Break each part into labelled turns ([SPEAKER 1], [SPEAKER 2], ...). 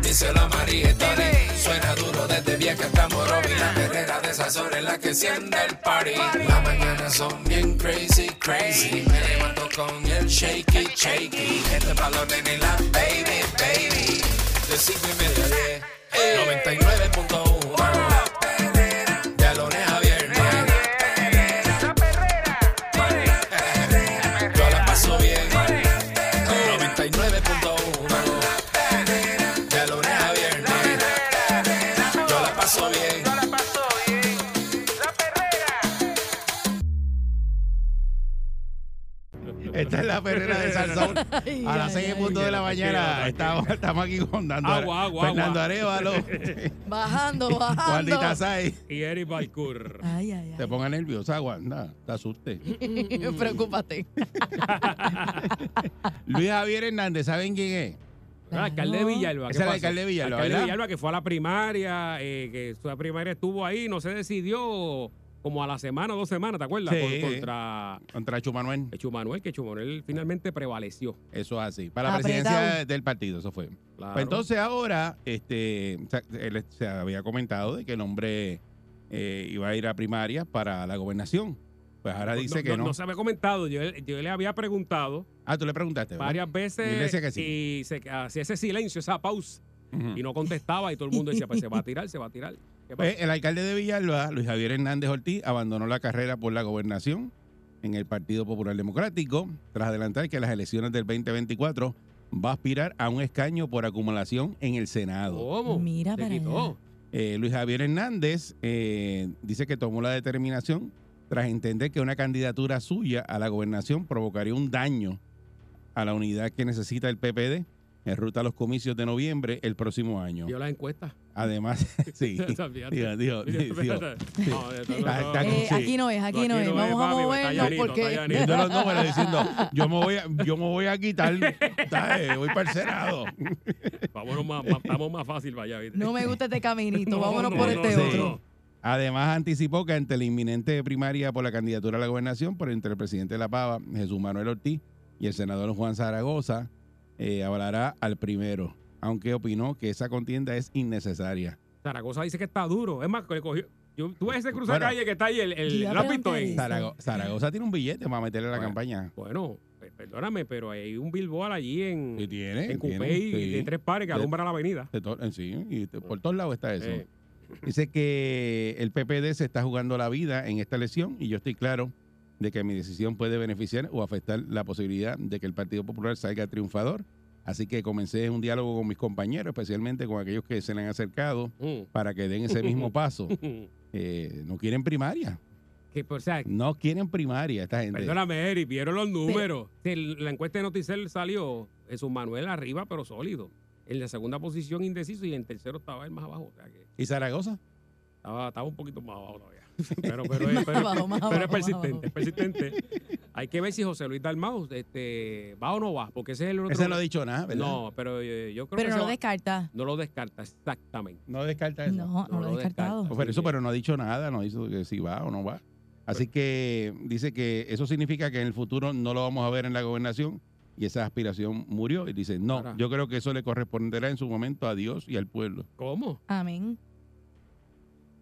[SPEAKER 1] díselo a María y Tony. Suena duro desde vieja que estamos Robin. La perrera de esas horas es la que enciende el Ah. party. Las mañanas son bien crazy, crazy. Me levanto con el shaky, shaky. Este es pa' los nenes y la baby, baby. De cinco y media a diez. 99.1 La perrera De lunes a viernes
[SPEAKER 2] la perrera,
[SPEAKER 1] yo la paso bien. 99.1. De lunes a viernes. Yo la paso bien.
[SPEAKER 2] no la pasó bien. La perrera,
[SPEAKER 3] Esta es la perrera de Salsón.
[SPEAKER 4] Ay,
[SPEAKER 3] A las
[SPEAKER 4] ay,
[SPEAKER 3] 6 en
[SPEAKER 4] ay.
[SPEAKER 3] punto de la mañana estamos, estamos aquí con Dando Are-
[SPEAKER 5] Agua, agua,
[SPEAKER 3] Fernando
[SPEAKER 5] agua.
[SPEAKER 3] Arevalo,
[SPEAKER 4] Bajando, bajando.
[SPEAKER 3] Juanita Say.
[SPEAKER 5] y Eric Balcour.
[SPEAKER 4] Ay, ay,
[SPEAKER 3] Te ponga nerviosa, Wanda. Te asuste.
[SPEAKER 4] ay.
[SPEAKER 5] Eh,
[SPEAKER 4] Preocúpate.
[SPEAKER 3] Luis Javier Hernández, ¿saben quién es?
[SPEAKER 5] El Ah, alcalde de Villalba. ¿qué
[SPEAKER 3] Ese es el
[SPEAKER 5] pasó?
[SPEAKER 3] alcalde de Villalba,
[SPEAKER 5] Alcalde de
[SPEAKER 3] ¿verdad?
[SPEAKER 5] Villalba que fue a la primaria, eh, que su primaria estuvo ahí, no se decidió como a la semana o dos semanas, ¿te acuerdas?
[SPEAKER 3] Sí.
[SPEAKER 5] Con- contra
[SPEAKER 3] Contra Chumanuel.
[SPEAKER 5] Chumanuel, que Chumanuel finalmente prevaleció.
[SPEAKER 3] Eso es así. Para la
[SPEAKER 4] Apretado.
[SPEAKER 3] presidencia del partido, eso fue.
[SPEAKER 5] Claro.
[SPEAKER 3] Pues entonces ahora, este, o sea, él se había comentado de que el hombre eh, iba a ir a primaria para la gobernación. Pues ahora dice que no.
[SPEAKER 5] No se había comentado, yo, yo le había preguntado
[SPEAKER 3] Ah, tú le preguntaste. ¿verdad?
[SPEAKER 5] varias
[SPEAKER 3] Y él
[SPEAKER 5] veces
[SPEAKER 3] decía que sí.
[SPEAKER 5] y se- hacía ese silencio, esa pausa,
[SPEAKER 3] Ujú.
[SPEAKER 5] y no contestaba y todo el mundo decía, pues se va a tirar, se va a tirar. ¿Qué
[SPEAKER 3] Pues,
[SPEAKER 5] pasa?
[SPEAKER 3] el alcalde de Villalba, Luis Javier Hernández Ortiz, abandonó la carrera por la gobernación en el Partido Popular Democrático tras adelantar que en las elecciones del 2024 va a aspirar a un escaño por acumulación en el Senado.
[SPEAKER 5] ¿Cómo?
[SPEAKER 4] Mira
[SPEAKER 5] Se
[SPEAKER 4] para
[SPEAKER 5] quitó.
[SPEAKER 4] allá.
[SPEAKER 3] Eh, Luis Javier Hernández eh, dice que tomó la determinación tras entender que una candidatura suya a la gobernación provocaría un daño a la unidad que necesita el PPD en ruta a los comicios de noviembre el próximo año.
[SPEAKER 5] Vio las encuestas.
[SPEAKER 3] Además, sí,
[SPEAKER 5] O sea, fíjate.
[SPEAKER 3] digo, digo, digo,
[SPEAKER 5] No, no, no,
[SPEAKER 3] Ah, está
[SPEAKER 5] no.
[SPEAKER 3] con-
[SPEAKER 4] Eh,
[SPEAKER 3] sí.
[SPEAKER 4] aquí no es, aquí no, es. Vamos a
[SPEAKER 5] papi, pues, está
[SPEAKER 4] movernos
[SPEAKER 5] llanito, está
[SPEAKER 4] porque.
[SPEAKER 5] llanito.
[SPEAKER 3] viendo los números diciendo yo me voy a, yo me voy a quitar ¿sabes? voy para el Senado
[SPEAKER 5] Vámonos más, más- estamos más fácil, vaya. ¿viste?
[SPEAKER 4] No me gusta este caminito.
[SPEAKER 5] No,
[SPEAKER 4] Vámonos
[SPEAKER 5] no,
[SPEAKER 4] por
[SPEAKER 5] no,
[SPEAKER 4] este
[SPEAKER 5] no,
[SPEAKER 4] otro.
[SPEAKER 5] no.
[SPEAKER 3] además anticipó que ante la inminente primaria por la candidatura a la gobernación por entre el presidente de la Pava Jesús Manuel Ortiz y el senador Juan Zaragoza eh, avalará al primero aunque opinó que esa contienda es innecesaria
[SPEAKER 5] Zaragoza dice que está duro. Es más, que le cogió. Yo, tú ves ese cruzacalle
[SPEAKER 3] Bueno.
[SPEAKER 5] que está ahí, el, el,
[SPEAKER 4] Yo iba a
[SPEAKER 5] ¿lo has visto ahí?
[SPEAKER 4] preguntar eso.
[SPEAKER 3] Zarago- Zaragoza tiene un billete para meterle a la
[SPEAKER 5] Bueno.
[SPEAKER 3] campaña
[SPEAKER 5] Bueno, pe- perdóname, pero hay un billboard allí en,
[SPEAKER 3] Sí, tiene
[SPEAKER 5] en
[SPEAKER 3] tiene,
[SPEAKER 5] Coupey
[SPEAKER 3] sí.
[SPEAKER 5] de tres pares que
[SPEAKER 3] De-
[SPEAKER 5] alumbra la avenida.
[SPEAKER 3] De to- eh, sí, y te- por todos lados está eso.
[SPEAKER 5] Eh.
[SPEAKER 3] Dice que el PPD se está jugando la vida en esta elección y yo estoy claro de que mi decisión puede beneficiar o afectar la posibilidad de que el Partido Popular salga triunfador. Así que comencé un diálogo con mis compañeros, especialmente con aquellos que se le han acercado
[SPEAKER 5] Mm.
[SPEAKER 3] para que den ese mismo paso. Eh, no quieren primaria,
[SPEAKER 5] que, pues, o sea,
[SPEAKER 3] no quieren primaria esta gente.
[SPEAKER 5] perdóname, Eric, vieron los números. El- la encuesta de Noticel salió Jesús Manuel arriba, pero sólido. En la segunda posición indeciso y en tercero estaba el más abajo. O sea que
[SPEAKER 3] ¿Y Zaragoza?
[SPEAKER 5] estaba, estaba un poquito más abajo todavía. Pero, pero, es- pero-
[SPEAKER 4] Abajo, más
[SPEAKER 5] Pero
[SPEAKER 4] abajo, más abajo.
[SPEAKER 5] es persistente, es persistente. Hay que ver si José Luis Dalmau este, va o no va, porque ese es el otro.
[SPEAKER 3] Ese no ha dicho nada, ¿verdad?
[SPEAKER 5] No, pero eh, yo creo
[SPEAKER 4] Pero
[SPEAKER 5] que
[SPEAKER 4] no
[SPEAKER 5] se
[SPEAKER 4] lo
[SPEAKER 5] va-
[SPEAKER 4] descarta.
[SPEAKER 5] no lo descarta, exactamente.
[SPEAKER 3] No descarta eso.
[SPEAKER 4] No, no
[SPEAKER 5] No
[SPEAKER 4] lo
[SPEAKER 5] lo
[SPEAKER 4] he descartado.
[SPEAKER 5] descarta.
[SPEAKER 3] Pero eso, pero no ha dicho nada, no dice que si va o no va. Así que dice que eso significa que en el futuro no lo vamos a ver en la gobernación y esa aspiración murió. Y dice, no,
[SPEAKER 5] Ahora.
[SPEAKER 3] yo creo que eso le corresponderá en su momento a Dios y al pueblo.
[SPEAKER 5] ¿Cómo?
[SPEAKER 4] Amén.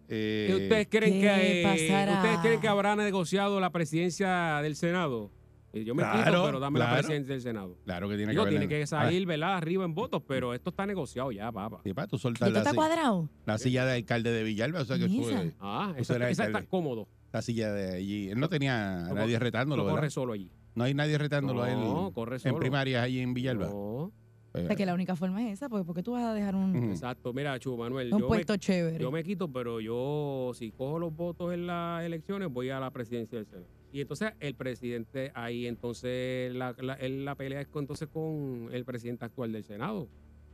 [SPEAKER 3] Eh,
[SPEAKER 5] ¿Y ¿Ustedes creen
[SPEAKER 4] ¿qué
[SPEAKER 5] que eh,
[SPEAKER 4] pasará?
[SPEAKER 5] ustedes creen que habrá negociado la presidencia del Senado? Eh, Yo me quito,
[SPEAKER 3] Claro,
[SPEAKER 5] pero dame la
[SPEAKER 3] claro.
[SPEAKER 5] presidencia del Senado.
[SPEAKER 3] Claro que tiene que
[SPEAKER 5] Digo,
[SPEAKER 3] haber-
[SPEAKER 5] tiene que
[SPEAKER 3] Ah,
[SPEAKER 5] salir, ¿verdad? Arriba en votos, pero esto está negociado ya, papá.
[SPEAKER 3] sí, pa, tú
[SPEAKER 4] ¿Y
[SPEAKER 3] soltas
[SPEAKER 4] tú
[SPEAKER 3] la,
[SPEAKER 4] estás
[SPEAKER 3] si-
[SPEAKER 4] cuadrado?
[SPEAKER 3] la silla de alcalde de Villalba, o sea que
[SPEAKER 4] Misa.
[SPEAKER 3] fue
[SPEAKER 5] Ah,
[SPEAKER 3] Tú
[SPEAKER 5] esa,
[SPEAKER 3] serás
[SPEAKER 5] esa está
[SPEAKER 3] alcalde.
[SPEAKER 5] cómodo.
[SPEAKER 3] la silla de allí. Él no tenía a
[SPEAKER 5] Lo
[SPEAKER 3] nadie
[SPEAKER 5] cor-
[SPEAKER 3] retándolo,
[SPEAKER 5] No corre
[SPEAKER 3] ¿verdad?
[SPEAKER 5] solo allí.
[SPEAKER 3] No hay nadie retándolo a él
[SPEAKER 5] No, corre solo.
[SPEAKER 3] en primarias allí en Villalba.
[SPEAKER 5] No,
[SPEAKER 3] Eh,
[SPEAKER 4] O sea, que la única forma es esa, porque ¿por qué tú vas a dejar un,
[SPEAKER 3] ujú.
[SPEAKER 5] exacto. Mira, Chu Manuel,
[SPEAKER 4] un
[SPEAKER 5] Mm. yo me
[SPEAKER 4] puesto chévere?
[SPEAKER 5] Yo me quito, pero yo, si cojo los votos en las elecciones, voy a la presidencia del Senado. Y entonces el presidente, ahí entonces la, la- él- la pelea es con, entonces con el presidente actual del Senado,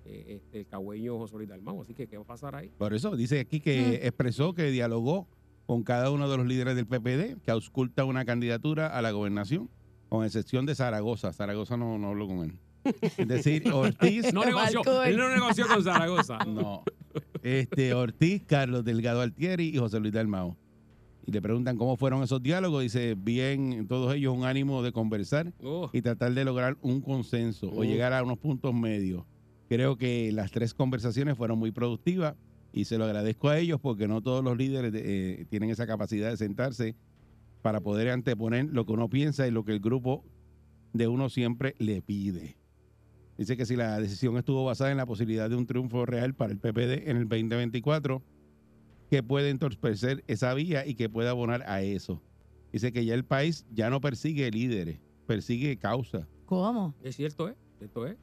[SPEAKER 5] eh, este, el cagüeño José Luis Dalmau. Así que, ¿qué va a pasar ahí?
[SPEAKER 3] Por eso dice aquí que expresó que dialogó con cada uno de los líderes del PPD que ausculta una candidatura a la gobernación, con excepción de Zaragoza. Zaragoza no, no habló con él. Es decir, Ortiz,
[SPEAKER 5] No negoció,
[SPEAKER 4] Marco,
[SPEAKER 5] él no negoció con Zaragoza.
[SPEAKER 3] no. Este, Ortiz, Carlos Delgado Altieri y José Luis Dalmao. Y le preguntan cómo fueron esos diálogos. Dice, bien, todos ellos un ánimo de conversar
[SPEAKER 5] Oh,
[SPEAKER 3] y tratar de lograr un consenso o
[SPEAKER 5] Mm.
[SPEAKER 3] llegar a unos puntos medios. Creo que las tres conversaciones fueron muy productivas y se lo agradezco a ellos porque no todos los líderes eh, tienen esa capacidad de sentarse para poder anteponer lo que uno piensa y lo que el grupo de uno siempre le pide. Dice que si la decisión estuvo basada en la posibilidad de un triunfo real para el PPD en el 2024, que puede entorpecer esa vía y que puede abonar a eso. Dice que ya el país ya no persigue líderes, persigue causa.
[SPEAKER 4] ¿Cómo?
[SPEAKER 5] es cierto, ¿eh? Esto es.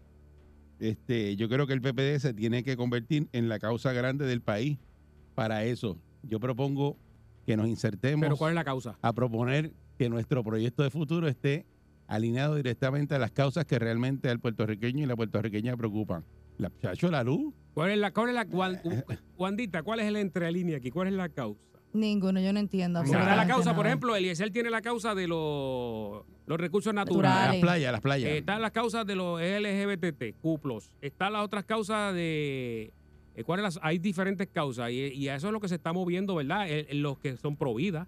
[SPEAKER 3] Este, yo creo que el PPD se tiene que convertir en la causa grande del país. Para eso, yo propongo que nos insertemos
[SPEAKER 5] Pero ¿cuál es la causa?
[SPEAKER 3] a proponer que nuestro proyecto de futuro esté alineado directamente a las causas que realmente al puertorriqueño y la puertorriqueña preocupan. La chacho, la luz.
[SPEAKER 5] ¿Cuál es la, cuál es la Juan- Juandita, cuál es la entrelínea aquí? ¿Cuál es la causa?
[SPEAKER 4] Ninguno, yo no entiendo.
[SPEAKER 3] Será
[SPEAKER 5] Será la
[SPEAKER 4] absolutamente
[SPEAKER 5] causa, por
[SPEAKER 4] nada.
[SPEAKER 5] ejemplo, Eliezer tiene la causa de los, los recursos naturales.
[SPEAKER 4] Naturales.
[SPEAKER 3] Las playas, las playas.
[SPEAKER 5] Eh, están las causas de los LGBTT, cuplos. Están las otras causas de... eh, ¿cuál es las- hay diferentes causas y, y a eso es lo que se está moviendo, ¿verdad? El- el- los que son pro vida.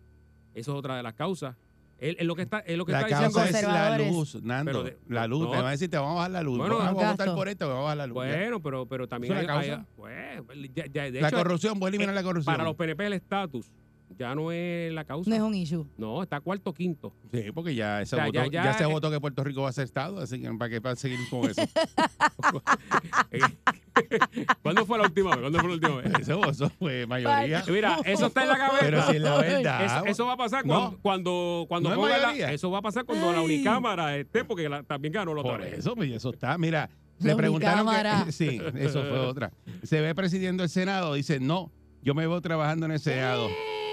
[SPEAKER 5] Eso es otra de las causas. El- el lo que está, el lo que
[SPEAKER 3] la
[SPEAKER 5] está diciendo
[SPEAKER 3] causa es la
[SPEAKER 4] conservadores.
[SPEAKER 3] luz, Nando.
[SPEAKER 5] Pero de-
[SPEAKER 3] la luz.
[SPEAKER 5] no.
[SPEAKER 3] Te van a decir, te vamos a bajar la luz.
[SPEAKER 5] Bueno,
[SPEAKER 3] no, vamos a votar
[SPEAKER 4] gasto.
[SPEAKER 3] por esto, vamos a bajar la luz.
[SPEAKER 5] Bueno, pero, pero también
[SPEAKER 3] ¿Es
[SPEAKER 5] hay,
[SPEAKER 3] una
[SPEAKER 5] hay-
[SPEAKER 3] causa?
[SPEAKER 5] pues, ya- ya, de
[SPEAKER 3] la
[SPEAKER 5] hecho, eh,
[SPEAKER 3] corrupción, voy a eliminar la corrupción.
[SPEAKER 5] para los PNP el estatus ya no es la causa.
[SPEAKER 4] No
[SPEAKER 5] No,
[SPEAKER 4] es un issue.
[SPEAKER 5] está cuarto quinto.
[SPEAKER 3] Sí, porque ya, se
[SPEAKER 5] O sea,
[SPEAKER 3] votó,
[SPEAKER 5] ya-
[SPEAKER 3] ya,
[SPEAKER 5] ya-
[SPEAKER 3] se votó que Puerto Rico va a ser Estado, así que ¿para qué para seguir con eso?
[SPEAKER 5] Eh, ¿Cuándo fue la última vez? ¿Cuándo fue la última vez?
[SPEAKER 3] eso, eso fue mayoría.
[SPEAKER 4] Vale.
[SPEAKER 5] Mira, eso está en la cabeza.
[SPEAKER 3] Pero si es la verdad.
[SPEAKER 5] Eso, eso va a pasar
[SPEAKER 3] No.
[SPEAKER 5] cuando, cuando, cuando
[SPEAKER 3] No es
[SPEAKER 5] ponga la-
[SPEAKER 3] mayoría.
[SPEAKER 5] eso va a pasar cuando la
[SPEAKER 4] Ay.
[SPEAKER 5] unicámara esté, porque la- también ganó la otra
[SPEAKER 3] Por
[SPEAKER 5] vez.
[SPEAKER 3] eso, pues eso está. Mira, le
[SPEAKER 4] Lo
[SPEAKER 3] preguntaron que,
[SPEAKER 4] cámara.
[SPEAKER 3] Sí, eso fue otra. Se ve presidiendo el Senado, dice, no, yo me veo trabajando en el Senado.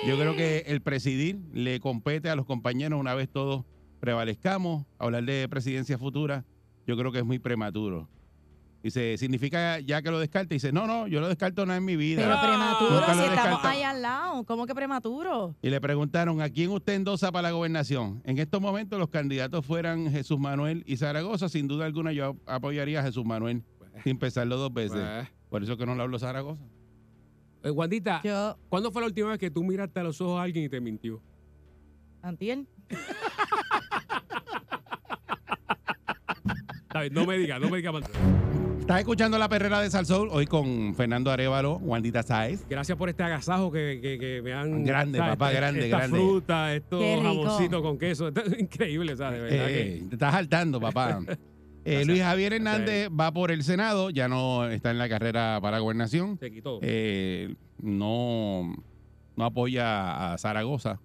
[SPEAKER 3] Yo creo que el presidir le compete a los compañeros una vez todos prevalezcamos. Hablar de presidencia futura, yo creo que es muy prematuro. Dice, significa ya que lo descarte. Dice, no, no, yo lo descarto nada en mi vida.
[SPEAKER 4] Pero
[SPEAKER 5] Ah,
[SPEAKER 4] prematuro,
[SPEAKER 3] nunca lo
[SPEAKER 4] si estamos
[SPEAKER 3] descartaba.
[SPEAKER 4] ahí al lado. ¿Cómo que prematuro?
[SPEAKER 3] Y le preguntaron a quién usted endosa para la gobernación. En estos momentos los candidatos fueran Jesús Manuel y Zaragoza. Sin duda alguna yo apoyaría a Jesús Manuel sin pensarlo dos veces. Por eso que no le hablo a Zaragoza.
[SPEAKER 5] Pues, Eh, Wandita,
[SPEAKER 4] Yo,
[SPEAKER 5] ¿cuándo fue la última vez que tú miraste a los ojos a alguien y te mintió?
[SPEAKER 4] Antiel,
[SPEAKER 5] Está bien, No me digas, no me digas más.
[SPEAKER 3] Estás escuchando la perrera de Salsoul hoy con Fernando Arevalo, Juanita Sáez.
[SPEAKER 5] Gracias por este agasajo que, que- que me han.
[SPEAKER 3] Grande, papá,
[SPEAKER 5] este-
[SPEAKER 3] grande,
[SPEAKER 5] esta
[SPEAKER 3] grande.
[SPEAKER 5] fruta, estos
[SPEAKER 4] Qué rico.
[SPEAKER 5] jamoncitos con queso. esto es increíble, ¿sabes? De verdad que-
[SPEAKER 3] Eh, te estás saltando, papá. Eh, Luis Javier Hernández va por el Senado, ya no está en la carrera para gobernación.
[SPEAKER 5] se quitó.
[SPEAKER 3] Eh, no, no apoya a Zaragoza.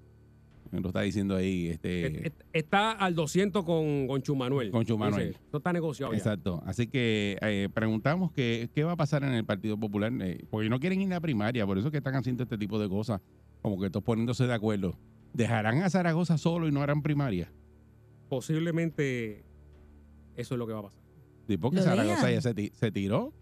[SPEAKER 3] Lo está diciendo ahí. Este,
[SPEAKER 5] Est- está al 200 con, con Chumanuel.
[SPEAKER 3] Con Chumanuel.
[SPEAKER 5] Eso está negociado. ya.
[SPEAKER 3] Exacto. Así que eh, preguntamos que, qué va a pasar en el Partido Popular, eh, porque no quieren ir a primaria, por eso es que están haciendo este tipo de cosas, como que todos poniéndose de acuerdo. ¿Dejarán a Zaragoza solo y no harán primaria?
[SPEAKER 5] Posiblemente eso es lo que va a pasar.
[SPEAKER 3] Sí, porque
[SPEAKER 4] Lo
[SPEAKER 3] Zaragoza
[SPEAKER 4] dejan.
[SPEAKER 3] ya se, ti- se tiró.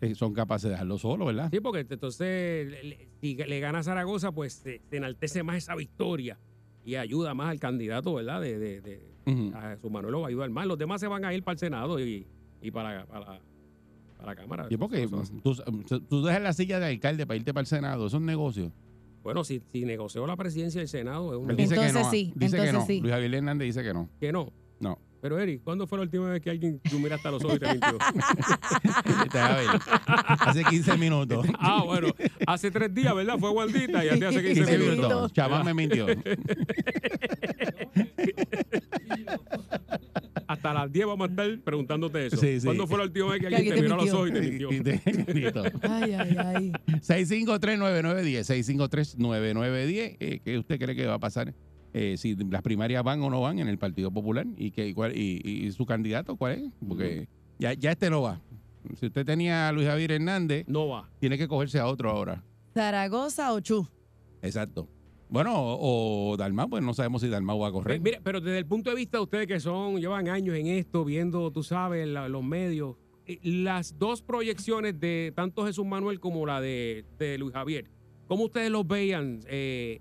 [SPEAKER 3] Eh, son capaces de dejarlo solo, ¿verdad?
[SPEAKER 5] Sí, porque entonces le- le- si le gana a Zaragoza, pues se, se enaltece más esa victoria y ayuda más al candidato, ¿verdad? De, de, de-
[SPEAKER 3] Ujú.
[SPEAKER 5] a su Manuel lo va a ayudar más. Los demás se van a ir para el Senado y, y para, para, para la Cámara.
[SPEAKER 3] Sí, porque
[SPEAKER 5] Eso- eso-
[SPEAKER 3] tú, tú dejas la silla de alcalde para irte para el Senado, eso es un negocio.
[SPEAKER 5] Bueno, si, si negoció la presidencia del Senado, es un
[SPEAKER 3] Él dice que
[SPEAKER 4] Entonces
[SPEAKER 3] no,
[SPEAKER 4] sí,
[SPEAKER 3] dice que
[SPEAKER 4] entonces
[SPEAKER 3] no.
[SPEAKER 4] sí.
[SPEAKER 3] Luis Javier Hernández dice que no.
[SPEAKER 5] que no.
[SPEAKER 3] No.
[SPEAKER 5] Pero, Eric, ¿cuándo fue la última vez que alguien tú miraste a los ojos y te mintió?
[SPEAKER 3] Te va a ver. Este Hace 15 minutos.
[SPEAKER 5] ah, bueno, hace tres días, ¿verdad? Fue Waldita y hace- hace 15
[SPEAKER 4] 15
[SPEAKER 5] minutos.
[SPEAKER 4] minutos.
[SPEAKER 3] Chamán me mintió.
[SPEAKER 5] Hasta las 10 vamos a estar preguntándote eso.
[SPEAKER 3] Sí, sí.
[SPEAKER 5] ¿Cuándo fue la última vez que
[SPEAKER 4] Que
[SPEAKER 5] alguien te
[SPEAKER 4] alguien te
[SPEAKER 5] miró a los
[SPEAKER 4] mintió.
[SPEAKER 5] ojos y te mintió?
[SPEAKER 3] Y te- listo.
[SPEAKER 4] ay, ay, ay.
[SPEAKER 3] 653-9910, 653-9910, eh, ¿qué usted cree que va a pasar? eh, si las primarias van o no van en el Partido Popular y, que, y, cuál- y- y- y su candidato, ¿cuál es? Porque ya, ya este no va. Si usted tenía a Luis Javier Hernández,
[SPEAKER 5] No va.
[SPEAKER 3] tiene que cogerse a otro ahora.
[SPEAKER 4] Zaragoza o Chu.
[SPEAKER 3] Exacto. Bueno, o, o Dalmau, pues no sabemos si Dalmau va a
[SPEAKER 5] Pe-
[SPEAKER 3] correr.
[SPEAKER 5] Mire, pero desde el punto de vista de ustedes que son, llevan años en esto, viendo, tú sabes, la- los medios, eh, las dos proyecciones de tanto Jesús Manuel como la de, de Luis Javier, ¿cómo ustedes los veían? Eh,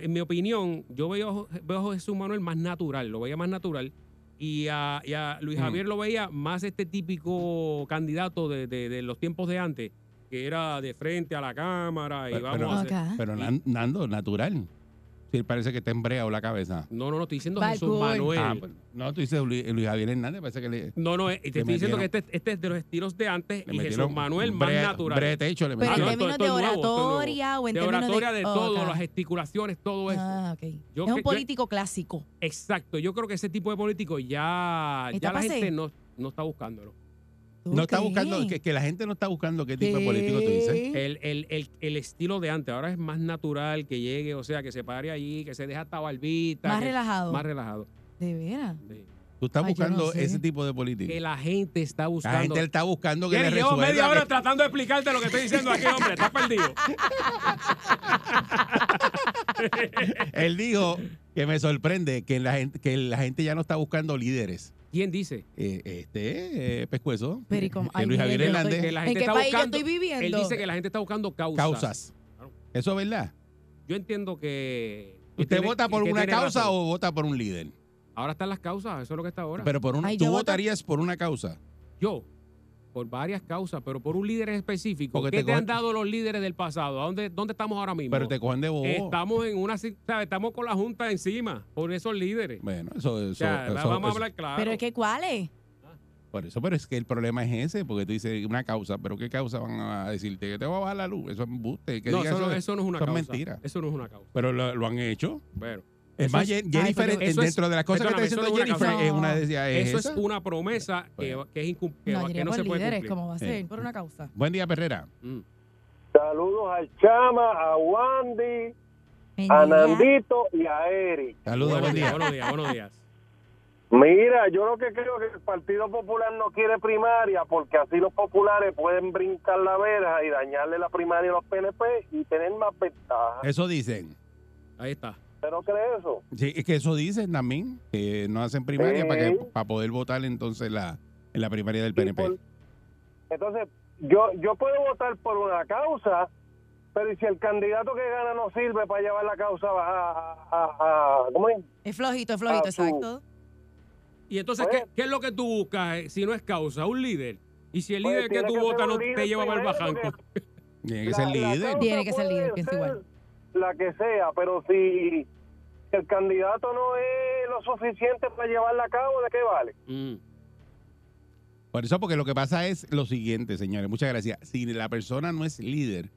[SPEAKER 5] en mi opinión, yo veo, veo a Jesús Manuel más natural, lo veía más natural. Y a, y a Luis
[SPEAKER 3] Mm.
[SPEAKER 5] Javier lo veía más este típico candidato de, de- de los tiempos de antes, que era de frente a la cámara y
[SPEAKER 3] Pero-
[SPEAKER 5] vamos
[SPEAKER 3] pero-
[SPEAKER 5] a hacer-
[SPEAKER 4] Acá.
[SPEAKER 3] Pero Nan- Nando, natural. Sí, parece que te embreado la cabeza.
[SPEAKER 5] No, no, no, estoy diciendo
[SPEAKER 4] Bad
[SPEAKER 5] Jesús
[SPEAKER 4] boy.
[SPEAKER 5] Manuel.
[SPEAKER 3] Ah, pues, no, tú dices Luis, Luis Javier Hernández, parece que le,
[SPEAKER 5] No, no, eh, te
[SPEAKER 3] Le
[SPEAKER 5] estoy diciendo que
[SPEAKER 3] metieron-
[SPEAKER 5] este, este es de los estilos de antes
[SPEAKER 3] le
[SPEAKER 5] y Jesús
[SPEAKER 3] metieron
[SPEAKER 5] Manuel
[SPEAKER 3] un
[SPEAKER 5] más
[SPEAKER 3] bre-
[SPEAKER 5] natural.
[SPEAKER 3] bre techo le
[SPEAKER 4] Pero en
[SPEAKER 3] metieron.
[SPEAKER 5] no, esto-
[SPEAKER 4] términos
[SPEAKER 5] esto
[SPEAKER 4] de
[SPEAKER 5] es nuevo, esto es nuevo.
[SPEAKER 4] oratoria o en
[SPEAKER 5] de
[SPEAKER 4] términos
[SPEAKER 5] oratoria de,
[SPEAKER 4] oh,
[SPEAKER 5] todo,
[SPEAKER 4] acá.
[SPEAKER 5] las gesticulaciones, todo eso.
[SPEAKER 4] Ah, ok.
[SPEAKER 5] Yo
[SPEAKER 4] es
[SPEAKER 5] que-
[SPEAKER 4] un
[SPEAKER 5] yo-
[SPEAKER 4] político clásico.
[SPEAKER 5] Exacto, yo creo que ese tipo de político ya,
[SPEAKER 4] ¿Está
[SPEAKER 5] ya la
[SPEAKER 4] pasé?
[SPEAKER 5] gente no, no está buscándolo.
[SPEAKER 4] ¿Tú
[SPEAKER 3] no está
[SPEAKER 4] crees?
[SPEAKER 3] buscando, que, que la gente no está buscando qué tipo de político tú dices.
[SPEAKER 4] Sí.
[SPEAKER 5] El, el- el- el estilo de antes, ahora es más natural que llegue, o sea, que se pare allí, que se deja hasta barbita.
[SPEAKER 4] Más
[SPEAKER 5] que-
[SPEAKER 4] relajado.
[SPEAKER 5] Más relajado.
[SPEAKER 4] De veras.
[SPEAKER 5] sí.
[SPEAKER 3] Tú estás
[SPEAKER 4] Ay, Ah, yo no
[SPEAKER 3] buscando
[SPEAKER 4] sé.
[SPEAKER 3] ese tipo de político.
[SPEAKER 5] Que la gente está buscando.
[SPEAKER 3] La gente está buscando que le
[SPEAKER 5] Jerry, llevo
[SPEAKER 3] resuelva.
[SPEAKER 5] media hora
[SPEAKER 3] que-
[SPEAKER 5] tratando de explicarte lo que estoy diciendo aquí, hombre. Estás perdido.
[SPEAKER 3] Él dijo que me sorprende que la gente, que la gente ya no está buscando líderes.
[SPEAKER 5] ¿Quién dice?
[SPEAKER 3] Eh, este eh, pescuezo.
[SPEAKER 4] Pero y como-
[SPEAKER 3] que
[SPEAKER 4] ay,
[SPEAKER 3] Luis
[SPEAKER 4] mire,
[SPEAKER 3] Javier
[SPEAKER 4] yo no
[SPEAKER 3] Hernández.
[SPEAKER 5] Que
[SPEAKER 4] estoy-
[SPEAKER 5] la
[SPEAKER 4] ¿En
[SPEAKER 5] gente
[SPEAKER 4] qué
[SPEAKER 5] está
[SPEAKER 4] país
[SPEAKER 5] buscando-
[SPEAKER 4] yo estoy viviendo?
[SPEAKER 5] Él dice que la gente está buscando causas.
[SPEAKER 3] causas. Eso es verdad.
[SPEAKER 5] Yo entiendo que. que
[SPEAKER 3] ¿Usted
[SPEAKER 5] tiene-
[SPEAKER 3] vota por
[SPEAKER 5] que
[SPEAKER 3] una
[SPEAKER 5] tiene
[SPEAKER 3] causa
[SPEAKER 5] razón.
[SPEAKER 3] o vota por un líder?
[SPEAKER 5] Ahora están las causas, eso es lo que está ahora.
[SPEAKER 3] Pero por un,
[SPEAKER 4] Ay,
[SPEAKER 3] tú
[SPEAKER 4] yo voto-
[SPEAKER 3] votarías por una causa.
[SPEAKER 5] Yo, por varias causas, pero por un líder específico.
[SPEAKER 3] Porque
[SPEAKER 5] ¿Qué
[SPEAKER 3] te
[SPEAKER 5] te,
[SPEAKER 3] cogen-
[SPEAKER 5] han dado los líderes del pasado? ¿A dónde, dónde estamos ahora mismo?
[SPEAKER 3] Pero te cogen de bobo.
[SPEAKER 5] Estamos en una. si- ¿sabes? Estamos con la Junta encima, por esos líderes.
[SPEAKER 3] Bueno, eso, eso,
[SPEAKER 5] o sea,
[SPEAKER 3] eso-
[SPEAKER 5] vamos a
[SPEAKER 3] eso-
[SPEAKER 5] hablar claro.
[SPEAKER 4] Pero es que ¿cuáles?
[SPEAKER 3] Por eso, pero es que el problema es ese, porque tú dices una causa, pero ¿qué causa van a decirte? Que te va a bajar la luz. Eso es embuste. que
[SPEAKER 5] no,
[SPEAKER 3] diga
[SPEAKER 5] eso, no,
[SPEAKER 3] de-
[SPEAKER 5] eso no es una
[SPEAKER 3] eso es
[SPEAKER 5] causa.
[SPEAKER 3] mentira.
[SPEAKER 5] Eso no es una causa.
[SPEAKER 3] Pero lo, lo han hecho.
[SPEAKER 5] Bueno,
[SPEAKER 3] Es
[SPEAKER 4] Eso
[SPEAKER 3] más, Jen-
[SPEAKER 4] es- ay,
[SPEAKER 3] Jennifer,
[SPEAKER 4] pero-
[SPEAKER 3] en-
[SPEAKER 5] eso es-
[SPEAKER 3] dentro de las cosas que está
[SPEAKER 5] perdóname, eso
[SPEAKER 3] diciendo
[SPEAKER 5] no es
[SPEAKER 3] Jennifer,
[SPEAKER 5] una
[SPEAKER 4] causa.
[SPEAKER 3] es una de ellas. es
[SPEAKER 5] eso
[SPEAKER 3] esa.
[SPEAKER 5] es una promesa que,
[SPEAKER 3] Bueno.
[SPEAKER 5] que es incum- que,
[SPEAKER 4] No,
[SPEAKER 5] va-
[SPEAKER 4] yo
[SPEAKER 5] que
[SPEAKER 4] no
[SPEAKER 5] no se
[SPEAKER 4] por
[SPEAKER 5] puede
[SPEAKER 4] líderes,
[SPEAKER 5] cumplir.
[SPEAKER 4] ¿cómo va a ser?
[SPEAKER 3] Eh.
[SPEAKER 4] Por una causa.
[SPEAKER 3] Buen día, Perrera.
[SPEAKER 5] Mm.
[SPEAKER 6] Saludos al Chama, a Wandy, a
[SPEAKER 4] Mira,
[SPEAKER 6] Nandito y a Eric.
[SPEAKER 3] Saludos,
[SPEAKER 5] Buenos
[SPEAKER 3] buen
[SPEAKER 5] días,
[SPEAKER 3] día.
[SPEAKER 5] buenos días, buenos días.
[SPEAKER 6] Mira, yo lo que creo es que el Partido Popular no quiere primaria porque así los populares pueden brincar la verja y dañarle la primaria a los PNP y tener más ventaja.
[SPEAKER 3] Eso dicen.
[SPEAKER 5] Ahí está.
[SPEAKER 6] ¿Usted no cree eso?
[SPEAKER 3] Sí, es que eso dicen también. Que no hacen primaria
[SPEAKER 6] Sí.
[SPEAKER 3] para, que, para poder votar entonces la, en la primaria del
[SPEAKER 6] Y
[SPEAKER 3] PNP.
[SPEAKER 6] por- entonces, yo, yo puedo votar por una causa, pero ¿y si el candidato que gana no sirve para llevar la causa a... a- a- a- ¿cómo es?
[SPEAKER 4] es flojito, es flojito,
[SPEAKER 6] Ah, tú.
[SPEAKER 4] exacto.
[SPEAKER 5] Y entonces,
[SPEAKER 6] Pues-
[SPEAKER 5] ¿qué, qué es lo que tú buscas eh, si no es causa? Un líder. Y si el
[SPEAKER 6] Pues
[SPEAKER 5] líder que
[SPEAKER 6] tiene
[SPEAKER 5] tú
[SPEAKER 6] que ser
[SPEAKER 5] votas
[SPEAKER 6] un
[SPEAKER 5] no
[SPEAKER 6] líder
[SPEAKER 5] te lleva para el
[SPEAKER 6] primero,
[SPEAKER 5] bajanco.
[SPEAKER 3] Tiene que ser líder.
[SPEAKER 6] causa
[SPEAKER 4] Tiene que ser líder,
[SPEAKER 6] puede
[SPEAKER 4] pienso
[SPEAKER 6] ser
[SPEAKER 4] igual.
[SPEAKER 6] La que sea, pero si el candidato no es lo suficiente para llevarla a cabo, ¿de qué vale?
[SPEAKER 5] Mm.
[SPEAKER 3] Por eso, porque lo que pasa es lo siguiente, señores. Muchas gracias. Si la persona no es líder,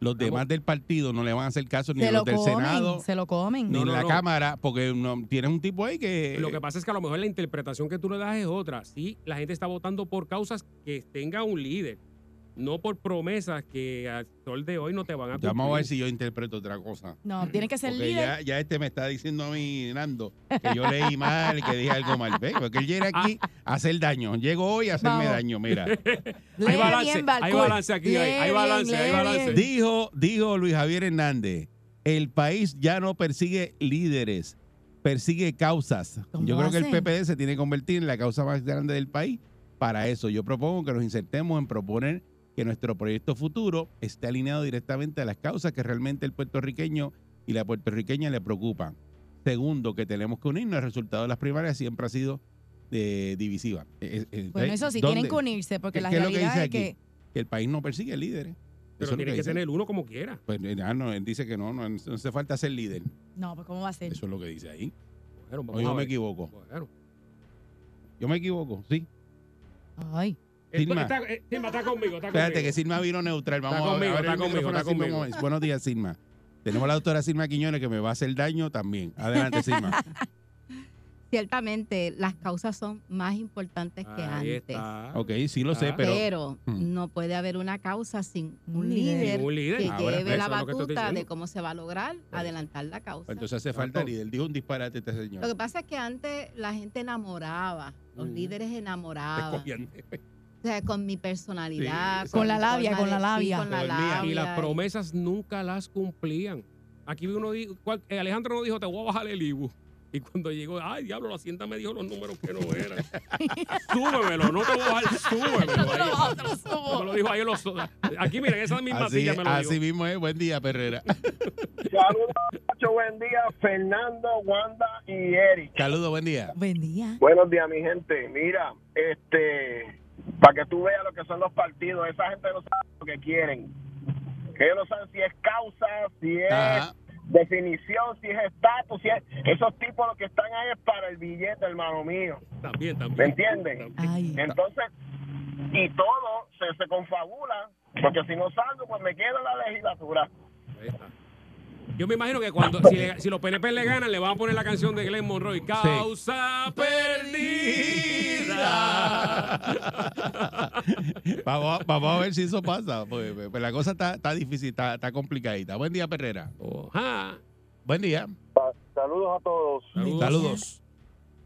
[SPEAKER 3] los demás del partido no le van a hacer caso ni
[SPEAKER 4] Se
[SPEAKER 3] a
[SPEAKER 4] lo
[SPEAKER 3] los del
[SPEAKER 4] comen,
[SPEAKER 3] Senado,
[SPEAKER 4] se lo comen.
[SPEAKER 3] ni
[SPEAKER 5] No,
[SPEAKER 3] en
[SPEAKER 5] no,
[SPEAKER 3] la
[SPEAKER 5] no.
[SPEAKER 3] Cámara, porque no, tienes un tipo ahí que...
[SPEAKER 5] Lo que pasa es que a lo mejor la interpretación que tú le das es otra. Sí, la gente está votando por causas que tenga un líder, no por promesas que al sol de hoy no te van a
[SPEAKER 3] Ya
[SPEAKER 5] cumplir.
[SPEAKER 3] vamos a ver si yo interpreto otra cosa.
[SPEAKER 4] No, tiene que ser
[SPEAKER 3] Porque
[SPEAKER 4] líder.
[SPEAKER 3] ya, ya este me está diciendo a mí, Nando, que yo leí mal, que dije algo mal. Ve, Porque él
[SPEAKER 5] Ah.
[SPEAKER 3] llega aquí a hacer daño. Llego hoy a hacerme
[SPEAKER 4] Vamos.
[SPEAKER 3] daño, mira.
[SPEAKER 4] Lee
[SPEAKER 5] Hay balance,
[SPEAKER 4] bien,
[SPEAKER 5] hay
[SPEAKER 4] Balcour.
[SPEAKER 5] balance aquí, hay-
[SPEAKER 4] Lee
[SPEAKER 5] hay balance,
[SPEAKER 4] bien,
[SPEAKER 5] hay
[SPEAKER 4] lee
[SPEAKER 5] balance.
[SPEAKER 4] bien.
[SPEAKER 3] Dijo, dijo Luis Javier Hernández, el país ya no persigue líderes, persigue causas.
[SPEAKER 4] ¿Cómo
[SPEAKER 3] Yo creo que el
[SPEAKER 4] hacen?
[SPEAKER 3] PPD se tiene que convertir en la causa más grande del país. Para eso, yo propongo que nos insertemos en proponer que nuestro proyecto futuro esté alineado directamente a las causas que realmente el puertorriqueño y la puertorriqueña le preocupan. Segundo, que tenemos que unirnos. El resultado de las primarias siempre ha sido eh, divisiva. Eh, eh,
[SPEAKER 4] Bueno, eso sí,
[SPEAKER 3] ¿dónde?
[SPEAKER 4] tienen que unirse, porque
[SPEAKER 3] ¿Qué-
[SPEAKER 4] la
[SPEAKER 3] qué es lo que
[SPEAKER 4] realidad
[SPEAKER 3] dice
[SPEAKER 4] es que.
[SPEAKER 3] aquí? Que el país no persigue líderes. Eso es
[SPEAKER 5] Pero
[SPEAKER 3] lo
[SPEAKER 5] tienes que,
[SPEAKER 3] dice.
[SPEAKER 5] tener uno como quiera.
[SPEAKER 3] Pues eh, ah, no, él dice que no, no, no hace falta ser líder.
[SPEAKER 4] No, pues ¿cómo va a ser?
[SPEAKER 3] Eso es lo que dice ahí.
[SPEAKER 5] Bueno,
[SPEAKER 3] O
[SPEAKER 5] vamos
[SPEAKER 3] yo
[SPEAKER 5] a
[SPEAKER 3] me
[SPEAKER 5] ver.
[SPEAKER 3] equivoco.
[SPEAKER 5] Bueno.
[SPEAKER 3] Yo me equivoco, sí.
[SPEAKER 4] Ay.
[SPEAKER 3] Silma.
[SPEAKER 5] Esto- Está, eh, Silma, está conmigo, está
[SPEAKER 3] Espérate, que
[SPEAKER 5] conmigo.
[SPEAKER 3] Silma vino neutral. Vamos
[SPEAKER 5] Está
[SPEAKER 3] a ver.
[SPEAKER 5] conmigo,
[SPEAKER 3] abre
[SPEAKER 5] está
[SPEAKER 3] el
[SPEAKER 5] conmigo,
[SPEAKER 3] micrófono a
[SPEAKER 5] está
[SPEAKER 3] Silma
[SPEAKER 5] conmigo.
[SPEAKER 3] Gómez. Buenos días, Silma. Tenemos a la doctora Silma Quiñones que me va a hacer daño también. Adelante, Silma.
[SPEAKER 7] Ciertamente, las causas son más importantes que
[SPEAKER 5] Ahí
[SPEAKER 7] antes.
[SPEAKER 5] está.
[SPEAKER 3] Ok, sí lo sé,
[SPEAKER 5] Ah.
[SPEAKER 3] pero.
[SPEAKER 7] Pero
[SPEAKER 3] Mm.
[SPEAKER 7] no puede haber una causa sin
[SPEAKER 4] Un
[SPEAKER 7] un líder,
[SPEAKER 5] Un líder. Ah,
[SPEAKER 7] que
[SPEAKER 3] Ahora,
[SPEAKER 7] lleve la
[SPEAKER 5] eso es lo que te estoy
[SPEAKER 7] batuta de
[SPEAKER 5] diciendo. Pues
[SPEAKER 7] cómo se va a lograr adelantar la causa.
[SPEAKER 3] pues, Entonces hace falta
[SPEAKER 5] Exacto.
[SPEAKER 3] líder. Dijo un disparate este
[SPEAKER 7] Lo que
[SPEAKER 3] señor.
[SPEAKER 7] pasa es que antes la gente enamoraba, los
[SPEAKER 5] Mm.
[SPEAKER 7] líderes enamoraban.
[SPEAKER 3] Te copian.
[SPEAKER 7] O sea, con mi personalidad.
[SPEAKER 3] Sí,
[SPEAKER 4] Con la
[SPEAKER 7] mi
[SPEAKER 4] labia,
[SPEAKER 7] forma
[SPEAKER 4] con la
[SPEAKER 7] de- sí,
[SPEAKER 4] labia.
[SPEAKER 7] con la
[SPEAKER 3] Te dormía.
[SPEAKER 4] Ah,
[SPEAKER 7] labia.
[SPEAKER 5] Pues Y las promesas nunca las cumplían. Aquí uno dijo, cual- eh, Alejandro no dijo, te voy a bajar el IBU. Y cuando llegó, ay, diablo, la hacienda me dijo los números que no eran. súbemelo, no te voy a bajar, súbemelo.
[SPEAKER 4] te lo
[SPEAKER 5] ahí.
[SPEAKER 4] bajo, te lo subo.
[SPEAKER 5] Me lo dijo ahí los. Aquí, miren, esa misma
[SPEAKER 3] Así,
[SPEAKER 5] silla me lo
[SPEAKER 3] así
[SPEAKER 5] dijo.
[SPEAKER 3] mismo es. Buen día, Perrera.
[SPEAKER 6] Saludos, mucho buen día, Fernando, Wanda y Eric.
[SPEAKER 3] Saludos, buen día.
[SPEAKER 4] Buen día.
[SPEAKER 6] Buenos días, mi gente. Mira, este, para que tú veas lo que son los partidos, esa gente no sabe lo que quieren. Que ellos no saben si es causa, si es
[SPEAKER 3] Ajá.
[SPEAKER 6] definición, si es estatus, si es... Esos tipos lo que están ahí es para el billete, hermano mío.
[SPEAKER 5] También,
[SPEAKER 6] ¿Me
[SPEAKER 5] también.
[SPEAKER 6] entienden?
[SPEAKER 4] Ay.
[SPEAKER 6] Entonces, y todo se, se confabula, porque si no salgo, pues me quedo en la legislatura.
[SPEAKER 5] Ahí está. Yo me imagino que cuando si, le- si los PNP le ganan, le van a poner la canción de Glenn Monroe. Causa perdida.
[SPEAKER 3] vamos, a- vamos a ver si eso pasa. Pues, pues, pues la cosa está, está difícil, está, está complicadita. Buen día, Perrera.
[SPEAKER 5] Ojá.
[SPEAKER 3] Buen día.
[SPEAKER 6] Saludos a todos.
[SPEAKER 5] Saludos.
[SPEAKER 3] Saludos.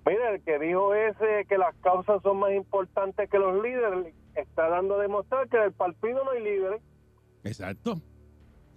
[SPEAKER 6] Mira, el que dijo ese que las causas son más importantes que los líderes, está dando a demostrar que en el partido no hay líderes.
[SPEAKER 3] Exacto.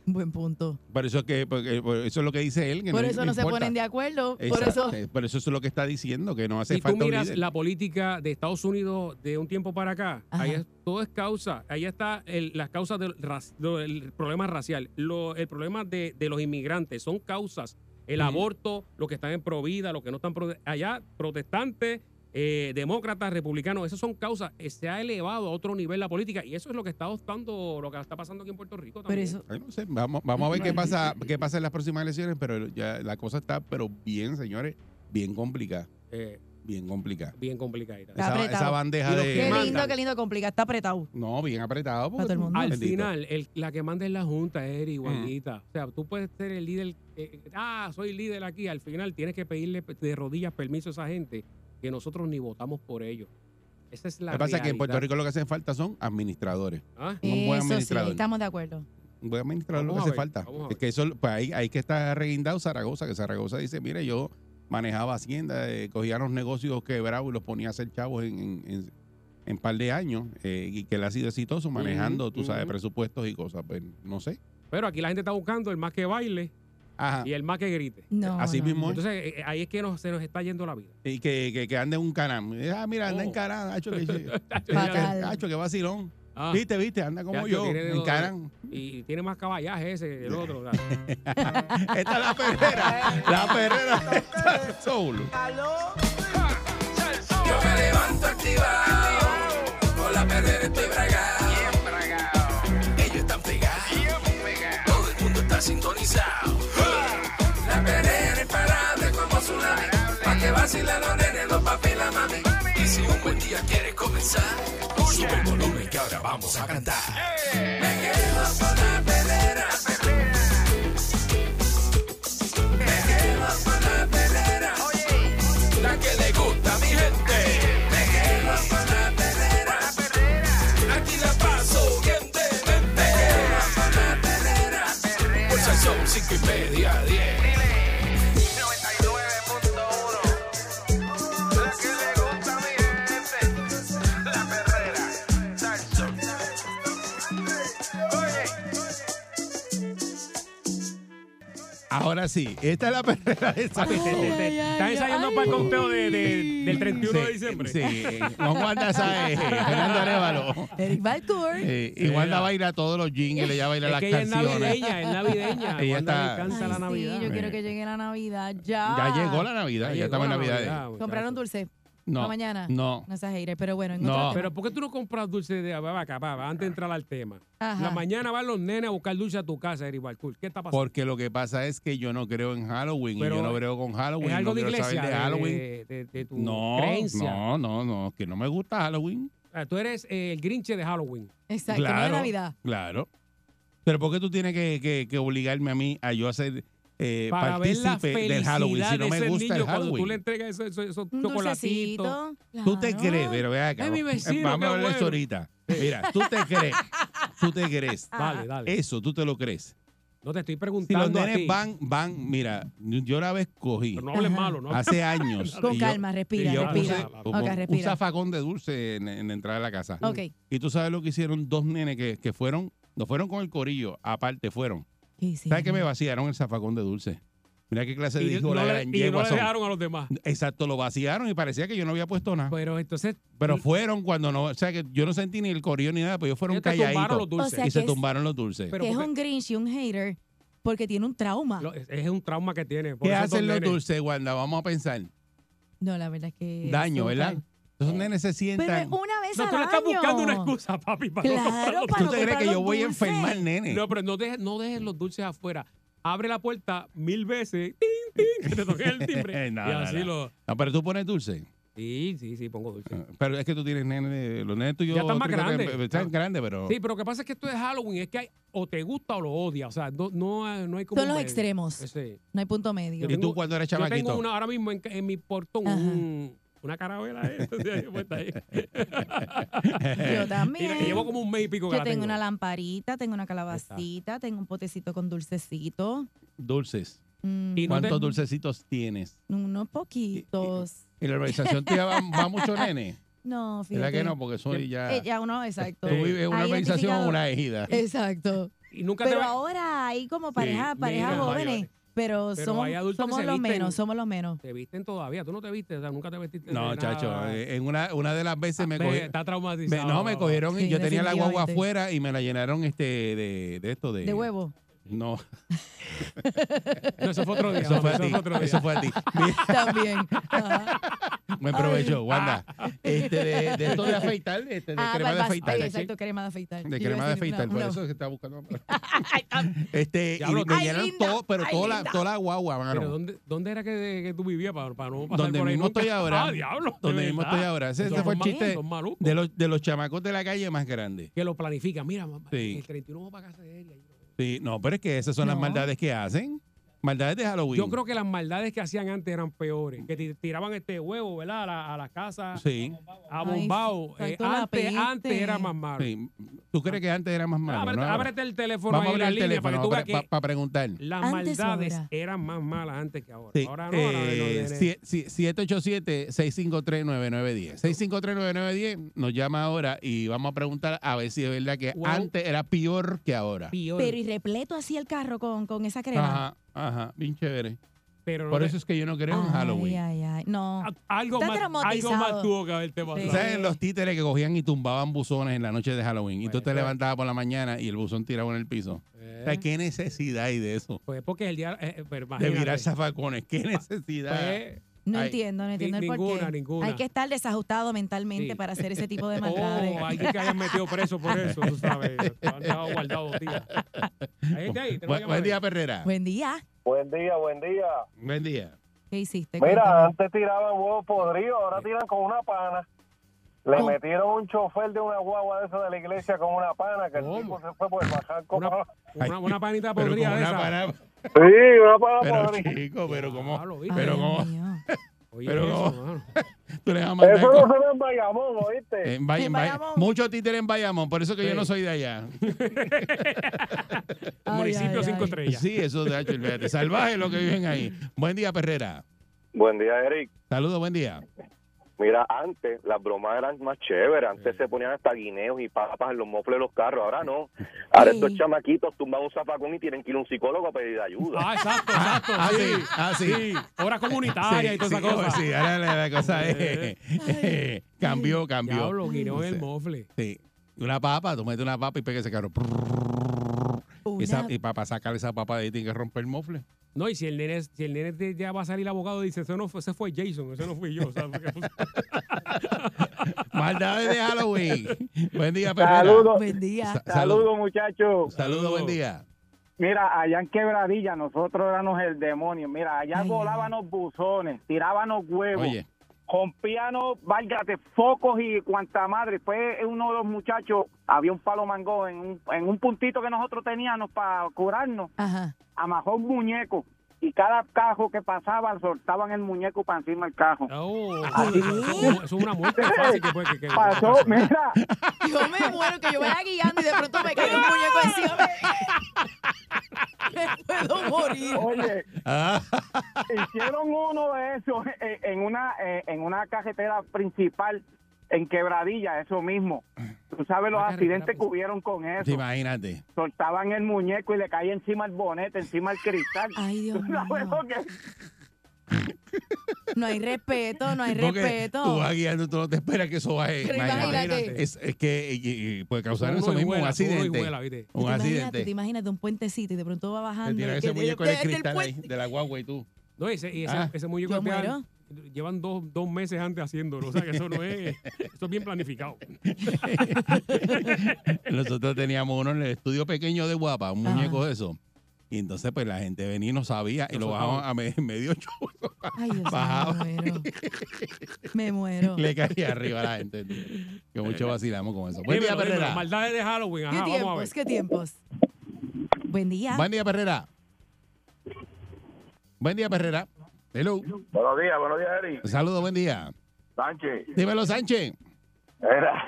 [SPEAKER 4] Buen punto.
[SPEAKER 3] Por eso, es que, porque- por eso es lo que dice él. que
[SPEAKER 4] Por eso no se
[SPEAKER 3] importa.
[SPEAKER 4] ponen de acuerdo. Por
[SPEAKER 3] Exacto.
[SPEAKER 4] eso.
[SPEAKER 3] Eh, Por eso es lo que está diciendo, que no hace
[SPEAKER 5] Si tú
[SPEAKER 3] falta un
[SPEAKER 5] miras
[SPEAKER 3] líder.
[SPEAKER 5] la política de Estados Unidos de un tiempo para acá,
[SPEAKER 4] Ajá.
[SPEAKER 5] ahí es- todo es causa. Ahí está el- las causas del ras- lo- el problema racial, lo- el problema de, de los inmigrantes, son causas. El
[SPEAKER 3] Ujú.
[SPEAKER 5] aborto, los que están en provida, los que no están pro- allá, protestantes, eh, demócratas, republicanos, esas son causas. Eh, Se ha elevado a otro nivel la política y eso es lo que está adoptando, lo que está pasando aquí en Puerto Rico
[SPEAKER 4] Por
[SPEAKER 5] también.
[SPEAKER 4] eso.
[SPEAKER 3] Ay, no sé, vamos, vamos a ver qué pasa, qué pasa en las próximas elecciones, pero ya la cosa está, pero bien, señores, bien complicada,
[SPEAKER 5] Eh,
[SPEAKER 3] bien complicada.
[SPEAKER 5] bien complicadita.
[SPEAKER 4] Está
[SPEAKER 3] Esa,
[SPEAKER 4] apretado.
[SPEAKER 3] esa bandeja
[SPEAKER 5] Y los
[SPEAKER 3] de...
[SPEAKER 4] Qué
[SPEAKER 5] mandan.
[SPEAKER 4] lindo, qué lindo, complica. Está apretado.
[SPEAKER 3] No, bien apretado. porque
[SPEAKER 4] Para todo el
[SPEAKER 3] tú-
[SPEAKER 4] mundo.
[SPEAKER 5] Al
[SPEAKER 3] bendito. Mm.
[SPEAKER 5] final, el- la que manda es la junta, Eri, Wandita. O sea, tú puedes ser el líder. eh, ah, soy líder aquí. Al final tienes que pedirle pe- de rodillas permiso a esa gente que nosotros ni votamos por ellos. Esa es la
[SPEAKER 3] Lo que pasa es que en Puerto
[SPEAKER 5] realidad.
[SPEAKER 3] Rico lo que hacen falta son administradores.
[SPEAKER 5] Ah,
[SPEAKER 3] Un buen
[SPEAKER 4] Eso sí,
[SPEAKER 3] administrador.
[SPEAKER 4] estamos de acuerdo.
[SPEAKER 3] Un buen administrador lo
[SPEAKER 5] Vamos
[SPEAKER 3] que
[SPEAKER 5] a
[SPEAKER 3] hace
[SPEAKER 5] ver,
[SPEAKER 3] falta.
[SPEAKER 5] vamos a ver.
[SPEAKER 3] Es que eso, pues ahí, ahí que está reguindado Zaragoza, que Zaragoza dice, mire, yo manejaba Hacienda, eh, cogía los negocios quebrados y los ponía a hacer chavos en, en, en- en par de años, eh, y que él ha sido exitoso manejando, tú sabes,
[SPEAKER 5] ujú.
[SPEAKER 3] presupuestos y cosas, pues no sé.
[SPEAKER 5] Pero aquí la gente está buscando el más que baile
[SPEAKER 3] Ajá.
[SPEAKER 5] y el más que grite.
[SPEAKER 4] No,
[SPEAKER 3] Así
[SPEAKER 4] no,
[SPEAKER 3] mismo
[SPEAKER 4] no.
[SPEAKER 3] es.
[SPEAKER 5] Entonces, eh, eh, ahí es que nos- se nos está yendo la vida.
[SPEAKER 3] Y que, que, que ande un canam. Ah, mira, anda en
[SPEAKER 5] Oh.
[SPEAKER 3] canam. Hacho, que,
[SPEAKER 4] Fatal.
[SPEAKER 3] hacho, que vacilón.
[SPEAKER 5] Ah,
[SPEAKER 3] Viste, viste, anda como
[SPEAKER 5] Hacho,
[SPEAKER 3] yo.
[SPEAKER 5] tiene
[SPEAKER 3] En
[SPEAKER 5] dos-
[SPEAKER 3] canam.
[SPEAKER 5] y tiene más caballaje ese que el otro. o sea.
[SPEAKER 3] Esta es la perrera. la perrera está solo.
[SPEAKER 1] Yo me levanto activado. Con la perrera estoy bragado. Ellos están pegados. Todo el mundo está sintonizado. La perrera es parable como tsunami. Pa' que vacilan los nenes, los papi y la mami. Y si un buen día quieres comenzar, sube el volumen que ahora vamos a cantar. Me quedo con la perrera. Me quedo con la perrera. La que le gusta a mi gente. Me quedo con la perrera. Aquí la paso bien de mente. Me quedo con la perrera. Pues el son cinco y media a diez.
[SPEAKER 2] 99.1 La que le gusta a mi gente La perrera Salsón Oye
[SPEAKER 3] Ahora sí, esta es la perrera de
[SPEAKER 5] Papi, te- te-
[SPEAKER 3] Zaragoza.
[SPEAKER 5] te-
[SPEAKER 4] ay,
[SPEAKER 5] Estás
[SPEAKER 4] ay,
[SPEAKER 5] ensayando
[SPEAKER 4] ay.
[SPEAKER 5] para el conteo de- de- del 31 de
[SPEAKER 3] Sí,
[SPEAKER 5] diciembre.
[SPEAKER 3] Sí, con Wanda Saez, eh, Fernando Arevalo.
[SPEAKER 4] Eric Valcourt.
[SPEAKER 3] Eh, y Wanda baila todos los jingles, ella baila
[SPEAKER 5] Es
[SPEAKER 3] las
[SPEAKER 5] que ella es
[SPEAKER 3] canciones.
[SPEAKER 5] navideña, es navideña.
[SPEAKER 3] Ella
[SPEAKER 5] Wanda
[SPEAKER 3] está-
[SPEAKER 5] le encanta la
[SPEAKER 4] Ay,
[SPEAKER 5] Navidad.
[SPEAKER 4] Sí, yo quiero
[SPEAKER 3] Eh.
[SPEAKER 4] que llegue la Navidad ya.
[SPEAKER 3] Ya llegó la Navidad, ya
[SPEAKER 5] llegó
[SPEAKER 3] estamos
[SPEAKER 5] la
[SPEAKER 3] en Navidad.
[SPEAKER 5] Navidad, muchachos.
[SPEAKER 4] ¿Compraron dulce?
[SPEAKER 3] No,
[SPEAKER 4] ¿Para mañana?
[SPEAKER 3] no.
[SPEAKER 4] No seas hater, pero bueno, en
[SPEAKER 3] No.
[SPEAKER 4] otro tema.
[SPEAKER 5] Pero ¿por qué tú no compras dulce de va, va, acá, va, va, antes de entrar al tema?
[SPEAKER 4] Ah. Ajá.
[SPEAKER 5] La mañana van los nenes a buscar dulce a tu casa, Eric Balcour. ¿Qué está pasando?
[SPEAKER 3] Porque lo que pasa es que yo no creo en Halloween. y
[SPEAKER 5] Pero
[SPEAKER 3] yo no creo con Halloween.
[SPEAKER 5] es algo
[SPEAKER 3] no
[SPEAKER 5] de
[SPEAKER 3] quiero saber de
[SPEAKER 5] iglesia, de,
[SPEAKER 3] Halloween.
[SPEAKER 5] de- de- de tu
[SPEAKER 3] no,
[SPEAKER 5] creencia.
[SPEAKER 3] no, no, no, que no me gusta Halloween.
[SPEAKER 5] Ah, Tú eres eh, el grinche de Halloween.
[SPEAKER 4] Exacto, no de Navidad.
[SPEAKER 3] Claro. Pero ¿por qué tú tienes que, que- que obligarme a mí a yo hacer eh,
[SPEAKER 5] Para ver la
[SPEAKER 3] partícipe
[SPEAKER 5] felicidad
[SPEAKER 3] del Halloween si no
[SPEAKER 5] de
[SPEAKER 3] me
[SPEAKER 5] ese
[SPEAKER 3] gusta el
[SPEAKER 5] niño cuando tú le
[SPEAKER 3] Halloween?
[SPEAKER 5] entregas esos, esos- esos
[SPEAKER 4] Un
[SPEAKER 5] chocolatitos.
[SPEAKER 4] dulcecito.
[SPEAKER 3] Tú te
[SPEAKER 4] Claro.
[SPEAKER 3] crees, pero ve acá.
[SPEAKER 5] Es mi
[SPEAKER 3] vamos- eh,
[SPEAKER 5] vecino,
[SPEAKER 3] Vamos a
[SPEAKER 5] qué
[SPEAKER 3] hablar de eso
[SPEAKER 5] bueno.
[SPEAKER 3] ahorita. Mira, tú te crees. Tú te crees.
[SPEAKER 5] Dale, dale.
[SPEAKER 3] Eso, tú te lo crees.
[SPEAKER 5] No te estoy
[SPEAKER 3] Si
[SPEAKER 5] preguntando
[SPEAKER 3] los
[SPEAKER 5] a ti.
[SPEAKER 3] nenes van, van, mira, yo la vez cogí
[SPEAKER 5] Pero no hables
[SPEAKER 4] Ajá.
[SPEAKER 5] malo, ¿no?
[SPEAKER 3] hace años.
[SPEAKER 4] Con
[SPEAKER 3] y yo-
[SPEAKER 4] calma, respira,
[SPEAKER 3] y yo
[SPEAKER 4] respira.
[SPEAKER 3] puse
[SPEAKER 5] Ok,
[SPEAKER 3] como un
[SPEAKER 4] respira.
[SPEAKER 3] zafacón de dulce en, en la entrada de la casa.
[SPEAKER 4] Ok.
[SPEAKER 3] Y tú sabes lo que hicieron dos nenes que, que fueron, no fueron con el corillo, aparte fueron.
[SPEAKER 4] ¿Qué hicieron?
[SPEAKER 3] ¿Sabes que me vaciaron el zafacón de dulce? Mira qué clase de
[SPEAKER 5] Y,
[SPEAKER 3] hijo
[SPEAKER 5] no
[SPEAKER 3] la
[SPEAKER 5] le,
[SPEAKER 3] gran
[SPEAKER 5] y no
[SPEAKER 3] yegua
[SPEAKER 5] le
[SPEAKER 3] son.
[SPEAKER 5] dejaron a los demás.
[SPEAKER 3] Exacto, lo vaciaron y parecía que yo no había puesto nada.
[SPEAKER 5] Pero entonces.
[SPEAKER 3] Pero
[SPEAKER 5] y-
[SPEAKER 3] fueron cuando no, o sea que yo no sentí ni el corrido ni nada, pues ellos fueron
[SPEAKER 5] ellos te tumbaron
[SPEAKER 3] calladitos
[SPEAKER 5] los dulces.
[SPEAKER 4] O sea,
[SPEAKER 3] y se
[SPEAKER 4] que es-
[SPEAKER 3] tumbaron los dulces.
[SPEAKER 5] Pero
[SPEAKER 4] que es
[SPEAKER 5] porque-
[SPEAKER 4] un Grinch y un hater porque tiene un trauma.
[SPEAKER 5] Lo- es- es un trauma que tiene. por
[SPEAKER 3] ¿Qué
[SPEAKER 5] eso
[SPEAKER 3] hacen
[SPEAKER 5] estos
[SPEAKER 3] los
[SPEAKER 5] nenes-
[SPEAKER 3] dulces, Wanda? Vamos a pensar.
[SPEAKER 4] no, la verdad es que.
[SPEAKER 3] Daño,
[SPEAKER 4] son
[SPEAKER 3] ¿verdad?
[SPEAKER 4] tan-
[SPEAKER 3] Entonces nenes se
[SPEAKER 4] Pero es
[SPEAKER 3] sientan.
[SPEAKER 4] una vez
[SPEAKER 5] No,
[SPEAKER 4] al
[SPEAKER 5] tú le estás
[SPEAKER 4] año.
[SPEAKER 5] buscando una excusa, papi, para no
[SPEAKER 4] Claro,
[SPEAKER 5] comprar los
[SPEAKER 4] para
[SPEAKER 3] ¿Tú te crees que
[SPEAKER 4] comprar
[SPEAKER 3] yo
[SPEAKER 4] los
[SPEAKER 3] voy a
[SPEAKER 4] dulces.
[SPEAKER 3] enfermar, nene?
[SPEAKER 5] No, pero no dejes, no dejes los dulces afuera. Abre la puerta mil veces, tin, tin, que te toque el timbre.
[SPEAKER 3] No,
[SPEAKER 5] y
[SPEAKER 3] no,
[SPEAKER 5] así
[SPEAKER 3] no.
[SPEAKER 5] lo.
[SPEAKER 3] Ah, pero tú pones dulce.
[SPEAKER 5] Sí, sí, sí, pongo dulce.
[SPEAKER 3] Pero es que tú tienes nene, los nenes tuyos.
[SPEAKER 5] Ya están más
[SPEAKER 3] creo que
[SPEAKER 5] grandes.
[SPEAKER 3] Están grandes, pero.
[SPEAKER 5] Sí, pero lo que pasa es que esto es Halloween, es que hay, o te gusta o lo odias. O sea, no, no, no hay como.
[SPEAKER 4] Son
[SPEAKER 5] un
[SPEAKER 4] los
[SPEAKER 5] medio.
[SPEAKER 4] extremos.
[SPEAKER 5] Sí.
[SPEAKER 4] No hay punto medio.
[SPEAKER 5] Yo
[SPEAKER 3] ¿Y tú
[SPEAKER 5] tengo-
[SPEAKER 3] cuando eras
[SPEAKER 5] Yo tengo
[SPEAKER 3] chamaquito?
[SPEAKER 5] una ahora mismo en, ca- en mi portón,
[SPEAKER 4] Ajá.
[SPEAKER 5] un- una carabela. eh, de puesta ahí.
[SPEAKER 4] Yo
[SPEAKER 5] Y la
[SPEAKER 4] también.
[SPEAKER 5] que llevo como un mes y pico que
[SPEAKER 4] Yo
[SPEAKER 5] la
[SPEAKER 4] tengo una lamparita, tengo una calabacita, tengo un potecito con dulcecito.
[SPEAKER 3] Dulces.
[SPEAKER 4] Mm,
[SPEAKER 5] Y no te-
[SPEAKER 3] ¿Cuántos dulcecitos tienes?
[SPEAKER 4] Unos poquitos.
[SPEAKER 3] ¿Y la organización te va, va mucho nene?
[SPEAKER 4] No, fíjate.
[SPEAKER 3] ¿Verdad que no? Porque soy ya.
[SPEAKER 4] Eh, ya uno, exacto.
[SPEAKER 3] Tú vives en una
[SPEAKER 4] Ha
[SPEAKER 3] organización o
[SPEAKER 4] identificado-
[SPEAKER 3] una ejida.
[SPEAKER 4] Exacto.
[SPEAKER 5] Y nunca
[SPEAKER 4] Pero
[SPEAKER 5] te va-
[SPEAKER 4] ahora hay como pareja, pareja
[SPEAKER 5] mira,
[SPEAKER 4] jóvenes.
[SPEAKER 5] vale,
[SPEAKER 4] Pero,
[SPEAKER 5] Pero
[SPEAKER 4] somos,
[SPEAKER 5] hay adultos que
[SPEAKER 4] somos
[SPEAKER 5] se
[SPEAKER 4] los
[SPEAKER 5] visten-
[SPEAKER 4] menos, somos los menos.
[SPEAKER 5] Te visten todavía, tú no te vistes, o sea, nunca te vestiste.
[SPEAKER 3] No,
[SPEAKER 5] de
[SPEAKER 3] chacho.
[SPEAKER 5] nada. Ah,
[SPEAKER 3] eh, En una, una de las veces me
[SPEAKER 5] Ve,
[SPEAKER 3] cogieron.
[SPEAKER 5] Está
[SPEAKER 3] me-
[SPEAKER 5] traumatizado.
[SPEAKER 3] no, me cogieron. y
[SPEAKER 4] Sí,
[SPEAKER 3] yo tenía la guagua
[SPEAKER 4] definitivamente.
[SPEAKER 3] afuera y me la llenaron este de, de esto de.
[SPEAKER 4] De huevo.
[SPEAKER 3] No,
[SPEAKER 5] No, eso fue otro día.
[SPEAKER 3] eso fue a
[SPEAKER 5] eso
[SPEAKER 3] ti.
[SPEAKER 5] fue otro día.
[SPEAKER 3] Eso fue a ti. Mira,
[SPEAKER 4] También. Ajá.
[SPEAKER 3] buen provecho, Wanda.
[SPEAKER 5] Ah.
[SPEAKER 3] Este de, de esto de afeitar, este de
[SPEAKER 4] Ah,
[SPEAKER 3] crema de
[SPEAKER 4] barbas-
[SPEAKER 3] afeitar.
[SPEAKER 4] Ay, exacto, crema de afeitar.
[SPEAKER 3] De
[SPEAKER 4] Yo iba
[SPEAKER 3] crema
[SPEAKER 4] a
[SPEAKER 3] de
[SPEAKER 4] decir una-
[SPEAKER 3] afeitar, por
[SPEAKER 4] una-
[SPEAKER 3] eso se está buscando. este, y
[SPEAKER 5] Diablo,
[SPEAKER 3] me
[SPEAKER 4] ay,
[SPEAKER 3] llenaron
[SPEAKER 4] linda,
[SPEAKER 3] todo, pero
[SPEAKER 4] ay,
[SPEAKER 3] toda la,
[SPEAKER 4] linda.
[SPEAKER 3] toda la guagua, mano.
[SPEAKER 5] Pero ¿dónde, ¿dónde era que, que tú vivías para, para no pasar
[SPEAKER 3] Donde
[SPEAKER 5] por ahí
[SPEAKER 3] mismo
[SPEAKER 5] nunca?
[SPEAKER 3] estoy ahora.
[SPEAKER 5] Ah, diablo. de
[SPEAKER 3] Donde mismo
[SPEAKER 5] verdad.
[SPEAKER 3] estoy ahora. Ese, ese
[SPEAKER 5] Son
[SPEAKER 3] fue el
[SPEAKER 5] ma-
[SPEAKER 3] chiste
[SPEAKER 5] son malucos.
[SPEAKER 3] de los, de los chamacos de la calle más grande.
[SPEAKER 5] Que lo planifican. Mira, mamá,
[SPEAKER 3] Sí.
[SPEAKER 5] el 31 va para casa de él. y ahí lo-
[SPEAKER 3] Sí, no, pero es que esas son las
[SPEAKER 4] No.
[SPEAKER 3] maldades que hacen. Maldades de Halloween.
[SPEAKER 5] Yo creo que las maldades que hacían antes eran peores. Que te tiraban este huevo, ¿verdad? A la, a la casa,
[SPEAKER 3] Sí,
[SPEAKER 5] a bombao.
[SPEAKER 4] Ay,
[SPEAKER 5] Eh,
[SPEAKER 4] tanto la
[SPEAKER 5] antes,
[SPEAKER 4] peste.
[SPEAKER 5] antes era más malo.
[SPEAKER 3] sí. ¿Tú crees que antes era más malo?
[SPEAKER 5] ábrete,
[SPEAKER 3] No, ahora.
[SPEAKER 5] ábrete el teléfono
[SPEAKER 3] Vamos a
[SPEAKER 5] ahí, la
[SPEAKER 3] abrir el
[SPEAKER 5] línea, para que
[SPEAKER 3] teléfono
[SPEAKER 5] tú
[SPEAKER 3] para,
[SPEAKER 5] veas que
[SPEAKER 3] pa- para preguntar.
[SPEAKER 5] las
[SPEAKER 4] Antes o
[SPEAKER 5] maldades
[SPEAKER 4] ahora.
[SPEAKER 5] eran más malas antes que ahora.
[SPEAKER 3] Sí,
[SPEAKER 5] Ahora no, ahora no,
[SPEAKER 3] eh,
[SPEAKER 5] no, no, no.
[SPEAKER 3] sie- sie- 787-653-9910. 653-9910 nos llama ahora y vamos a preguntar a ver si es verdad que
[SPEAKER 5] Wow.
[SPEAKER 3] antes era peor que ahora.
[SPEAKER 5] Peor.
[SPEAKER 4] Pero y repleto así el carro con, con esa crema.
[SPEAKER 3] Ajá, ajá, bien chévere.
[SPEAKER 5] Pero no
[SPEAKER 3] Por
[SPEAKER 5] te-
[SPEAKER 3] eso es que yo no creo en
[SPEAKER 4] Ay,
[SPEAKER 3] Halloween.
[SPEAKER 4] ay, ay. No.
[SPEAKER 5] a- algo
[SPEAKER 4] Está
[SPEAKER 5] más, algo
[SPEAKER 4] traumatizado.
[SPEAKER 5] más tuvo que haberte pasado.
[SPEAKER 4] Sí.
[SPEAKER 3] ¿Tú ¿Sabes los títeres que cogían y tumbaban buzones en la noche de Halloween? y tú
[SPEAKER 5] Bueno,
[SPEAKER 3] te
[SPEAKER 5] eso es.
[SPEAKER 3] levantabas por la mañana y el buzón tirado en el piso.
[SPEAKER 5] Eh,
[SPEAKER 3] O sea, ¿qué necesidad hay de eso?
[SPEAKER 5] Pues porque el día. eh, eh, pero
[SPEAKER 3] De
[SPEAKER 5] imagínate, Ah,
[SPEAKER 3] virar zafacones. ¿Qué necesidad?
[SPEAKER 5] pues,
[SPEAKER 4] No
[SPEAKER 3] Ay,
[SPEAKER 4] entiendo, no entiendo el
[SPEAKER 5] ninguna,
[SPEAKER 4] porqué.
[SPEAKER 5] ninguna.
[SPEAKER 4] Hay que estar desajustado mentalmente
[SPEAKER 5] Sí.
[SPEAKER 4] para hacer ese tipo de maldades.
[SPEAKER 5] Oh, alguien que hayan metido preso por eso, tú sabes. Lo han dejado guardado dos días. Ahí está, ahí,
[SPEAKER 3] Bu-
[SPEAKER 5] tenemos
[SPEAKER 3] Buen,
[SPEAKER 5] llamada.
[SPEAKER 3] día, Perrera.
[SPEAKER 4] Buen día.
[SPEAKER 6] Buen día, buen día.
[SPEAKER 3] Buen día.
[SPEAKER 4] ¿Qué hiciste?
[SPEAKER 6] Mira,
[SPEAKER 4] Cuéntame.
[SPEAKER 6] antes tiraban huevos podridos, ahora tiran con una pana. Le
[SPEAKER 4] ¿Cómo?
[SPEAKER 6] metieron un chofer de una guagua de esa de la iglesia con una pana, que
[SPEAKER 5] ¿Cómo?
[SPEAKER 6] el tipo se fue por bajar como...
[SPEAKER 5] Una, una, una panita
[SPEAKER 3] Pero
[SPEAKER 5] podrida
[SPEAKER 3] como
[SPEAKER 5] de
[SPEAKER 3] una
[SPEAKER 5] esa.
[SPEAKER 3] para-
[SPEAKER 6] Sí, una pana
[SPEAKER 3] Pero
[SPEAKER 6] podrida.
[SPEAKER 3] chico, pero
[SPEAKER 5] Ah, lo
[SPEAKER 3] como...
[SPEAKER 5] vi.
[SPEAKER 4] Ay,
[SPEAKER 3] Pero
[SPEAKER 4] Dios
[SPEAKER 3] como...
[SPEAKER 4] mío.
[SPEAKER 5] Oye,
[SPEAKER 3] pero
[SPEAKER 5] eso,
[SPEAKER 3] no.
[SPEAKER 5] mano.
[SPEAKER 3] Tú le vas a mandar
[SPEAKER 6] Eso
[SPEAKER 3] con-
[SPEAKER 6] no se ve en Bayamón, ¿oíste?
[SPEAKER 3] en Bay-
[SPEAKER 4] En
[SPEAKER 3] en Bay-
[SPEAKER 4] Bayamón.
[SPEAKER 3] Muchos títeres en Bayamón, por eso que yo
[SPEAKER 5] Sí.
[SPEAKER 3] no soy de allá.
[SPEAKER 4] Ay, ay,
[SPEAKER 5] Municipio
[SPEAKER 4] ay.
[SPEAKER 5] 5 estrellas.
[SPEAKER 3] Sí, eso de hecho, olvídate. Salvaje lo que viven ahí. Buen día, Perrera.
[SPEAKER 6] Buen día, Eric.
[SPEAKER 3] Saludos, buen día.
[SPEAKER 6] Mira, antes las bromas eran más chéveres. Antes se ponían hasta guineos y papas en los mofles de los carros. Ahora no. Ahora
[SPEAKER 4] Sí.
[SPEAKER 6] estos chamaquitos tumban un zapacón y tienen que ir a un psicólogo a pedir ayuda.
[SPEAKER 5] Ah, exacto, exacto.
[SPEAKER 3] Ah,
[SPEAKER 5] sí.
[SPEAKER 3] sí, ah, sí.
[SPEAKER 5] Sí, Hora comunitaria y toda
[SPEAKER 3] sí,
[SPEAKER 5] esa cosa.
[SPEAKER 3] pues sí, ahora la, la cosa es- cambió, cambió.
[SPEAKER 5] Diablo, guineo
[SPEAKER 3] No
[SPEAKER 5] en
[SPEAKER 3] sé.
[SPEAKER 5] el mofle.
[SPEAKER 3] Sí. Una papa, tú metes una papa y pega ese carro.
[SPEAKER 4] Una-
[SPEAKER 3] Esa- y para sacar esa papa de ahí tiene que romper el mofle.
[SPEAKER 5] No, y si el nene, si el nene te- ya va a salir abogado, dice, eso no fue, ese fue Jason, eso no fui yo. o sea, porque- pues,
[SPEAKER 3] Maldades de Halloween. buen día, Perrera.
[SPEAKER 8] Saludos,
[SPEAKER 4] Buen día.
[SPEAKER 3] Sa-
[SPEAKER 8] saludos muchachos.
[SPEAKER 3] Saludos, buen día.
[SPEAKER 8] Mira, allá en Quebradilla nosotros éramos el demonio. Mira, allá
[SPEAKER 4] Ay,
[SPEAKER 8] volábamos buzones, tirábamos huevos,
[SPEAKER 3] Oye,
[SPEAKER 8] rompíanos, válgate, focos y cuanta madre. Después uno de los muchachos, había un palo mango en un, en un puntito que nosotros teníamos para curarnos,
[SPEAKER 4] Ajá.
[SPEAKER 8] amajó un muñeco y cada cajo que pasaba soltaban el muñeco para encima del cajo.
[SPEAKER 5] No, eso, eso es una muerte fácil que puede que, que-
[SPEAKER 8] Pasó, mira,
[SPEAKER 4] Yo me muero que yo vaya guiando y de pronto me cae un muñeco encima. Me puedo morir.
[SPEAKER 8] oye.
[SPEAKER 3] ah,
[SPEAKER 8] Hicieron uno de esos eh, en una eh, en una carretera principal en Quebradilla, eso mismo. Tú sabes los
[SPEAKER 5] Una carretera
[SPEAKER 8] accidentes que
[SPEAKER 5] principal.
[SPEAKER 8] hubieron con eso.
[SPEAKER 3] Sí, imagínate.
[SPEAKER 8] Soltaban el muñeco y le caía encima el bonete, encima el cristal.
[SPEAKER 4] Ay, Dios
[SPEAKER 8] Tú sabes
[SPEAKER 4] mío.
[SPEAKER 8] lo que-
[SPEAKER 4] No hay respeto, no hay
[SPEAKER 3] Porque Tú
[SPEAKER 4] respeto.
[SPEAKER 3] vas guiando, tú no te esperas que eso baje.
[SPEAKER 9] Pero
[SPEAKER 3] Imagínate.
[SPEAKER 9] imagínate.
[SPEAKER 3] Es, es que eh, eh, puede causar
[SPEAKER 5] Uno
[SPEAKER 3] eso
[SPEAKER 5] y
[SPEAKER 3] mismo, un
[SPEAKER 5] vuela, uno y
[SPEAKER 3] accidente.
[SPEAKER 5] vuela, ¿viste?
[SPEAKER 4] Tú
[SPEAKER 3] Un
[SPEAKER 4] te imaginas-
[SPEAKER 3] accidente.
[SPEAKER 4] tú te imaginas de un puentecito y de pronto va
[SPEAKER 3] Te
[SPEAKER 4] bajando.
[SPEAKER 3] tiran ese
[SPEAKER 4] que-
[SPEAKER 3] muñeco de
[SPEAKER 4] desde el
[SPEAKER 3] cristal ahí,
[SPEAKER 4] puente.
[SPEAKER 3] de la guagua y tú.
[SPEAKER 5] No, ese, y esa-
[SPEAKER 3] Ah.
[SPEAKER 5] ese muñeco
[SPEAKER 4] Yo
[SPEAKER 5] de pedal, llevan dos, dos meses antes haciéndolo. O sea, que eso no es. Esto es bien planificado.
[SPEAKER 3] Nosotros teníamos uno en el estudio pequeño de Guapa, un
[SPEAKER 4] Ajá.
[SPEAKER 3] muñeco de eso. Y entonces, pues la gente venía y no sabía y lo
[SPEAKER 5] Nosotros-
[SPEAKER 3] bajaban a me- medio show.
[SPEAKER 4] Ay, Dios
[SPEAKER 3] Bajaba.
[SPEAKER 4] mío, me muero. Me muero.
[SPEAKER 3] Le caía arriba a la gente. tío. Que mucho
[SPEAKER 5] Eh,
[SPEAKER 3] vacilamos con eso. Buen día,
[SPEAKER 5] Dímelo, dímelo,
[SPEAKER 3] Perrera.
[SPEAKER 5] Maldades de Halloween.
[SPEAKER 4] ¿Qué
[SPEAKER 5] Ajá, vamos a
[SPEAKER 4] tiempos?
[SPEAKER 5] ver.
[SPEAKER 4] ¿Qué tiempos? Buen día.
[SPEAKER 3] Buen día, Perrera. Buen día, Perrera. Hello.
[SPEAKER 10] Buenos días, buenos días, Eric.
[SPEAKER 3] Saludos, buen día.
[SPEAKER 10] Sánchez.
[SPEAKER 3] Dímelo, Sánchez.
[SPEAKER 10] Era,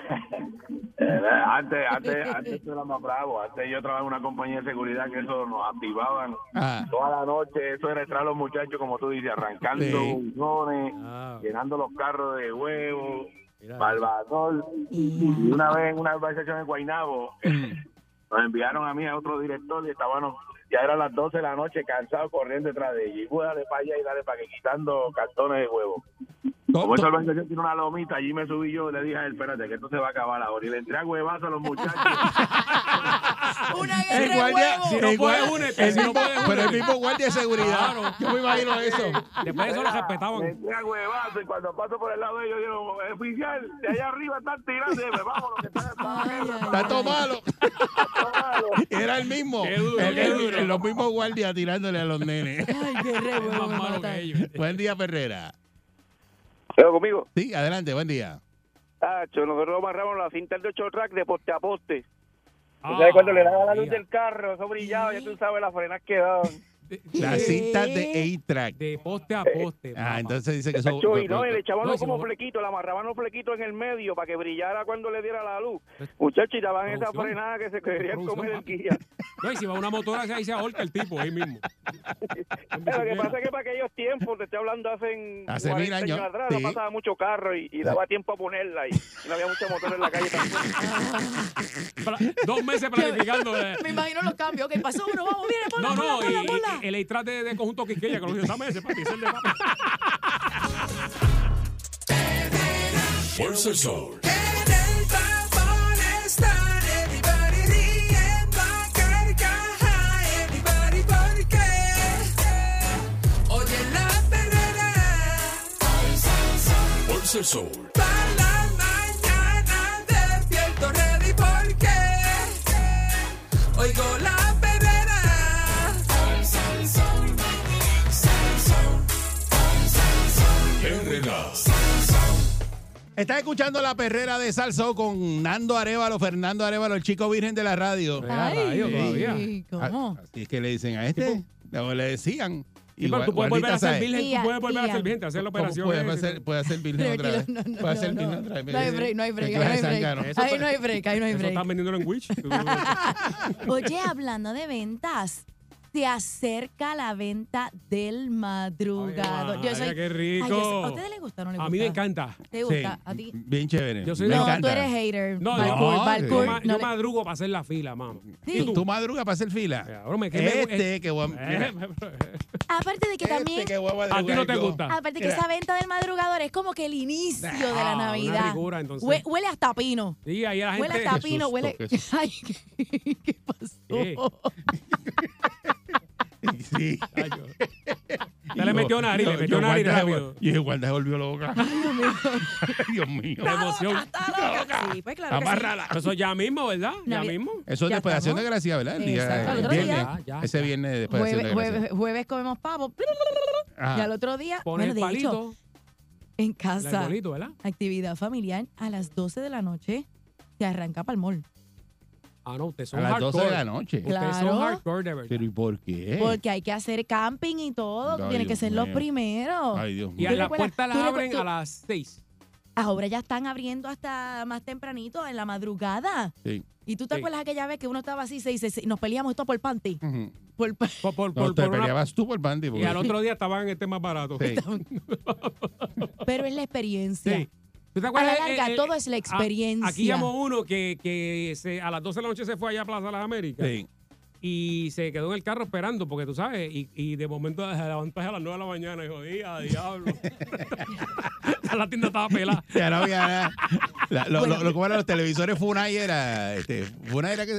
[SPEAKER 10] era- antes, antes, antes yo era más bravo. Antes yo trabajaba en una compañía de seguridad que eso nos activaban
[SPEAKER 3] Ah,
[SPEAKER 10] toda la noche. Eso era entrar los muchachos, como tú dices, arrancando
[SPEAKER 3] Sí.
[SPEAKER 10] buzones,
[SPEAKER 5] Ah,
[SPEAKER 10] llenando los carros de huevos,
[SPEAKER 5] mira,
[SPEAKER 10] salvador. Y una vez en una organización en Guaynabo,
[SPEAKER 5] Mm.
[SPEAKER 10] nos enviaron a mí a otro director y estábamos, ya eran las 12 de la noche, cansados, corriendo detrás de ellos. Y "Pues, dale para allá y dale para aquí, quitando cartones de huevos. Como esa organización tiene una lomita, allí me subí yo y le dije a él, espérate, que esto se va a acabar ahora. Y le entré a huevazo a los muchachos.
[SPEAKER 4] Una
[SPEAKER 3] El
[SPEAKER 4] guerra de
[SPEAKER 3] guardia-
[SPEAKER 4] huevos.
[SPEAKER 5] Si no
[SPEAKER 3] el
[SPEAKER 5] puedes,
[SPEAKER 3] guardia-
[SPEAKER 5] únete,
[SPEAKER 3] el
[SPEAKER 5] si no
[SPEAKER 3] mismo-
[SPEAKER 5] puedes,
[SPEAKER 3] Pero el
[SPEAKER 5] únete.
[SPEAKER 3] mismo guardia de seguridad.
[SPEAKER 5] Claro.
[SPEAKER 3] Yo me imagino eso.
[SPEAKER 5] Después de eso lo
[SPEAKER 10] le
[SPEAKER 5] respetaban.
[SPEAKER 10] entré a huevazo y cuando paso por el lado de ellos, yo digo, oficial, de allá arriba están tirando. Y me vámonos, que están
[SPEAKER 4] Ay, ay,
[SPEAKER 3] Está todo
[SPEAKER 4] ay.
[SPEAKER 3] malo. Era el mismo.
[SPEAKER 5] Qué duro,
[SPEAKER 3] El-
[SPEAKER 5] qué
[SPEAKER 3] el-
[SPEAKER 5] duro.
[SPEAKER 3] los mismos guardias tirándole a los nenes.
[SPEAKER 4] Ay, guerra de
[SPEAKER 5] Es
[SPEAKER 4] huevos. me
[SPEAKER 5] más malo
[SPEAKER 4] mata.
[SPEAKER 5] que ellos.
[SPEAKER 3] Buen día, Ferrera.
[SPEAKER 10] conmigo?
[SPEAKER 3] Sí, adelante, buen día.
[SPEAKER 10] Tacho, nosotros amarramos la cinta de 8 track de poste a poste.
[SPEAKER 5] Ah, mira.
[SPEAKER 10] carro, eso
[SPEAKER 4] brillaba, ya tú
[SPEAKER 10] sabes las frenas que daban.
[SPEAKER 3] La
[SPEAKER 4] ¿Qué?
[SPEAKER 3] cinta de A-Track.
[SPEAKER 5] De poste a poste.
[SPEAKER 3] Ah,
[SPEAKER 5] papá.
[SPEAKER 3] entonces dice que eso.
[SPEAKER 10] Tacho, y no, y le echaban
[SPEAKER 5] No, y
[SPEAKER 10] los
[SPEAKER 5] si
[SPEAKER 10] como
[SPEAKER 5] no-
[SPEAKER 10] flequitos, le amarraban los flequitos en el medio para que brillara cuando le diera la luz. Muchachos, y daban esa
[SPEAKER 5] Pues, Producción.
[SPEAKER 10] frenada que se querían
[SPEAKER 5] Producción,
[SPEAKER 10] comer el
[SPEAKER 5] papi.
[SPEAKER 10] guía.
[SPEAKER 5] No, y si va una motora, ahí se ahorca el tipo, ahí mismo. En
[SPEAKER 10] Lo que
[SPEAKER 5] bicicleta.
[SPEAKER 10] pasa es que para aquellos tiempos, te estoy hablando hace, en
[SPEAKER 3] Hace
[SPEAKER 10] 40
[SPEAKER 3] mil años,
[SPEAKER 10] atrás,
[SPEAKER 3] sí.
[SPEAKER 10] no pasaba mucho carro y, y daba tiempo a ponerla y, y no había mucho motor en la calle tampoco.
[SPEAKER 5] Pla- Dos meses planificando. eh.
[SPEAKER 4] Me imagino los cambios. Ok, pasó uno. Vamos, viene, ponla,
[SPEAKER 5] No, no,
[SPEAKER 4] ponla,
[SPEAKER 5] y,
[SPEAKER 4] ponla, ponla.
[SPEAKER 5] y- el extra de, de conjunto Quiqueya, que lo dijo, dame ese, papi, ese es el de papi.
[SPEAKER 1] Fuerza el Sol.
[SPEAKER 11] En el tapón están everybody riendo a carcaja, everybody porque oye la perrera.
[SPEAKER 1] Fuerza el Sol.
[SPEAKER 11] Para la mañana despierto ready porque oigo la perrera.
[SPEAKER 1] Perrera.
[SPEAKER 3] Estás escuchando la perrera de Salso con Nando Arevalo, Fernando Arevalo, el chico virgen de la radio. Ah,
[SPEAKER 5] Ay, radio todavía.
[SPEAKER 4] Ay, ¿cómo?
[SPEAKER 3] Así es que le dicen a este, o le decían.
[SPEAKER 5] pues. Sí, pero tú puedes volver a ser virgen,
[SPEAKER 4] Tía,
[SPEAKER 5] tú puedes volver a
[SPEAKER 4] tía.
[SPEAKER 5] ser virgen, hacer la
[SPEAKER 3] ¿Cómo
[SPEAKER 5] operación.
[SPEAKER 3] Puede,
[SPEAKER 5] eh,
[SPEAKER 3] puede
[SPEAKER 5] sí, sí.
[SPEAKER 3] ser, puede ser virgen otra
[SPEAKER 4] Tranquilo,
[SPEAKER 3] vez.
[SPEAKER 4] no, no,
[SPEAKER 3] puede ser
[SPEAKER 4] no,
[SPEAKER 3] virgen
[SPEAKER 4] no.
[SPEAKER 3] otra vez.
[SPEAKER 4] No hay break, no hay break,
[SPEAKER 3] Te
[SPEAKER 4] ahí no hay
[SPEAKER 3] quedas
[SPEAKER 4] break.
[SPEAKER 3] sangano.
[SPEAKER 5] Eso
[SPEAKER 4] Ahí
[SPEAKER 5] está-
[SPEAKER 4] no hay break, ahí no hay
[SPEAKER 5] Eso están
[SPEAKER 4] break.
[SPEAKER 5] vendiéndolo en Witch.
[SPEAKER 4] Oye, hablando de ventas, se acerca la venta del madrugador. Yo soy.
[SPEAKER 5] qué
[SPEAKER 4] Ay,
[SPEAKER 5] rico.
[SPEAKER 4] yo soy- ¿A ustedes les gusta o no les gusta?
[SPEAKER 5] A mí me encanta.
[SPEAKER 4] ¿Te gusta?
[SPEAKER 3] Sí,
[SPEAKER 4] ¿A ti?
[SPEAKER 3] Bien chévere.
[SPEAKER 5] Yo soy
[SPEAKER 3] Me
[SPEAKER 5] de-
[SPEAKER 4] no,
[SPEAKER 3] encanta.
[SPEAKER 4] tú eres
[SPEAKER 5] eh.
[SPEAKER 4] hater.
[SPEAKER 5] No,
[SPEAKER 4] Balcour,
[SPEAKER 3] no,
[SPEAKER 4] Balcour,
[SPEAKER 5] yo, ma-
[SPEAKER 4] no
[SPEAKER 5] yo
[SPEAKER 4] le-
[SPEAKER 5] madrugo para hacer la fila, mamá.
[SPEAKER 4] Sí.
[SPEAKER 5] ¿Y tú?
[SPEAKER 3] ¿Tú madrugas para hacer fila?
[SPEAKER 5] Cabrón, me- que me-
[SPEAKER 3] Este que voy a... mira,
[SPEAKER 5] Eh,
[SPEAKER 4] Aparte de que
[SPEAKER 3] Este
[SPEAKER 4] también.
[SPEAKER 3] que voy a
[SPEAKER 5] A ti no
[SPEAKER 3] madrugar
[SPEAKER 5] te
[SPEAKER 3] yo.
[SPEAKER 5] gusta.
[SPEAKER 4] Aparte que
[SPEAKER 3] Mira.
[SPEAKER 4] esa venta del madrugador es como que el inicio de
[SPEAKER 5] Ah,
[SPEAKER 4] la
[SPEAKER 5] una
[SPEAKER 4] Navidad.
[SPEAKER 5] rigura, entonces.
[SPEAKER 4] Hue- huele hasta pino.
[SPEAKER 5] Sí, ahí la
[SPEAKER 4] Huele
[SPEAKER 5] gente.
[SPEAKER 4] hasta
[SPEAKER 3] Qué
[SPEAKER 4] pino,
[SPEAKER 3] susto,
[SPEAKER 4] huele.
[SPEAKER 3] qué susto.
[SPEAKER 4] Ay, ¿qué, qué pasó?
[SPEAKER 5] ¿Qué?
[SPEAKER 3] Sí.
[SPEAKER 5] Ay, yo- Ya le metió nariz, le metió nariz rápido.
[SPEAKER 3] Y igual te volvió loca. Dios mío.
[SPEAKER 5] La emoción.
[SPEAKER 4] Está loca. Sí, pues claro. que sí.
[SPEAKER 3] Amárrala.
[SPEAKER 5] Pero Eso ya mismo, ¿verdad? Ya
[SPEAKER 4] Navidad.
[SPEAKER 5] mismo.
[SPEAKER 3] Eso es
[SPEAKER 4] Ya
[SPEAKER 3] después de Acción de
[SPEAKER 4] estamos.
[SPEAKER 3] Gracia, ¿verdad? El
[SPEAKER 4] Exacto.
[SPEAKER 3] día,
[SPEAKER 4] Al
[SPEAKER 3] el
[SPEAKER 4] otro
[SPEAKER 3] viernes.
[SPEAKER 5] día. Ya, ya,
[SPEAKER 3] Eh, Ese
[SPEAKER 5] ya.
[SPEAKER 3] viernes después de Acción
[SPEAKER 4] Jueves,
[SPEAKER 3] de Gracia.
[SPEAKER 4] jueves, jueves comemos pavo.
[SPEAKER 3] Ajá.
[SPEAKER 4] Y al otro día,
[SPEAKER 5] Poner el
[SPEAKER 4] bueno, de hecho,
[SPEAKER 5] palito,
[SPEAKER 4] en
[SPEAKER 5] el
[SPEAKER 4] casa,
[SPEAKER 5] arbolito, ¿verdad?
[SPEAKER 4] actividad familiar a las 12 de la noche, se arranca para el mall.
[SPEAKER 5] Ah, no, ustedes
[SPEAKER 3] A
[SPEAKER 5] son
[SPEAKER 3] las 12 de
[SPEAKER 5] hardcore.
[SPEAKER 3] la noche.
[SPEAKER 5] Ustedes
[SPEAKER 4] Claro.
[SPEAKER 5] son hardcore de verdad.
[SPEAKER 3] Pero ¿y por qué?
[SPEAKER 4] Porque hay que hacer camping y todo.
[SPEAKER 3] Ay,
[SPEAKER 4] Tienes que
[SPEAKER 3] Dios
[SPEAKER 4] ser
[SPEAKER 3] mío.
[SPEAKER 4] los primeros.
[SPEAKER 3] Ay, Dios
[SPEAKER 5] Y
[SPEAKER 3] mío.
[SPEAKER 5] a
[SPEAKER 4] Tú
[SPEAKER 5] las
[SPEAKER 4] recuerdas-
[SPEAKER 5] puertas las
[SPEAKER 4] tú recu-
[SPEAKER 5] abren
[SPEAKER 4] tú-
[SPEAKER 5] a las 6.
[SPEAKER 4] Ahora ya están abriendo hasta más tempranito, en la madrugada.
[SPEAKER 3] Sí.
[SPEAKER 4] ¿Y tú te
[SPEAKER 5] Sí.
[SPEAKER 4] acuerdas aquella vez que uno estaba así, se dice, se- nos peleamos esto por panty?
[SPEAKER 3] Ujú.
[SPEAKER 4] Por pa-
[SPEAKER 5] Por, por,
[SPEAKER 3] No, pues.
[SPEAKER 5] por-
[SPEAKER 3] te
[SPEAKER 5] por una-
[SPEAKER 3] peleabas tú por Bandy.
[SPEAKER 5] Y al otro día estaban en este más barato.
[SPEAKER 3] Sí.
[SPEAKER 4] Pero es la experiencia.
[SPEAKER 5] Sí. ¿Tú te
[SPEAKER 4] A
[SPEAKER 5] acuerdas,
[SPEAKER 4] la
[SPEAKER 5] eh,
[SPEAKER 4] larga,
[SPEAKER 5] eh,
[SPEAKER 4] todo es la
[SPEAKER 5] a-
[SPEAKER 4] experiencia.
[SPEAKER 5] Aquí llamó uno que, que se- a las 12 de la noche se fue allá a Plaza Las Américas
[SPEAKER 3] Sí.
[SPEAKER 5] y se quedó en el carro esperando, porque tú sabes, y, y de momento se levantó a las 9 de la mañana y jodía, diablo. Ya la tienda estaba pelada.
[SPEAKER 3] Ya no había nada. La- lo,
[SPEAKER 4] Bueno.
[SPEAKER 3] lo- lo que eran los televisores Funai era. Este, Funai era que. eh,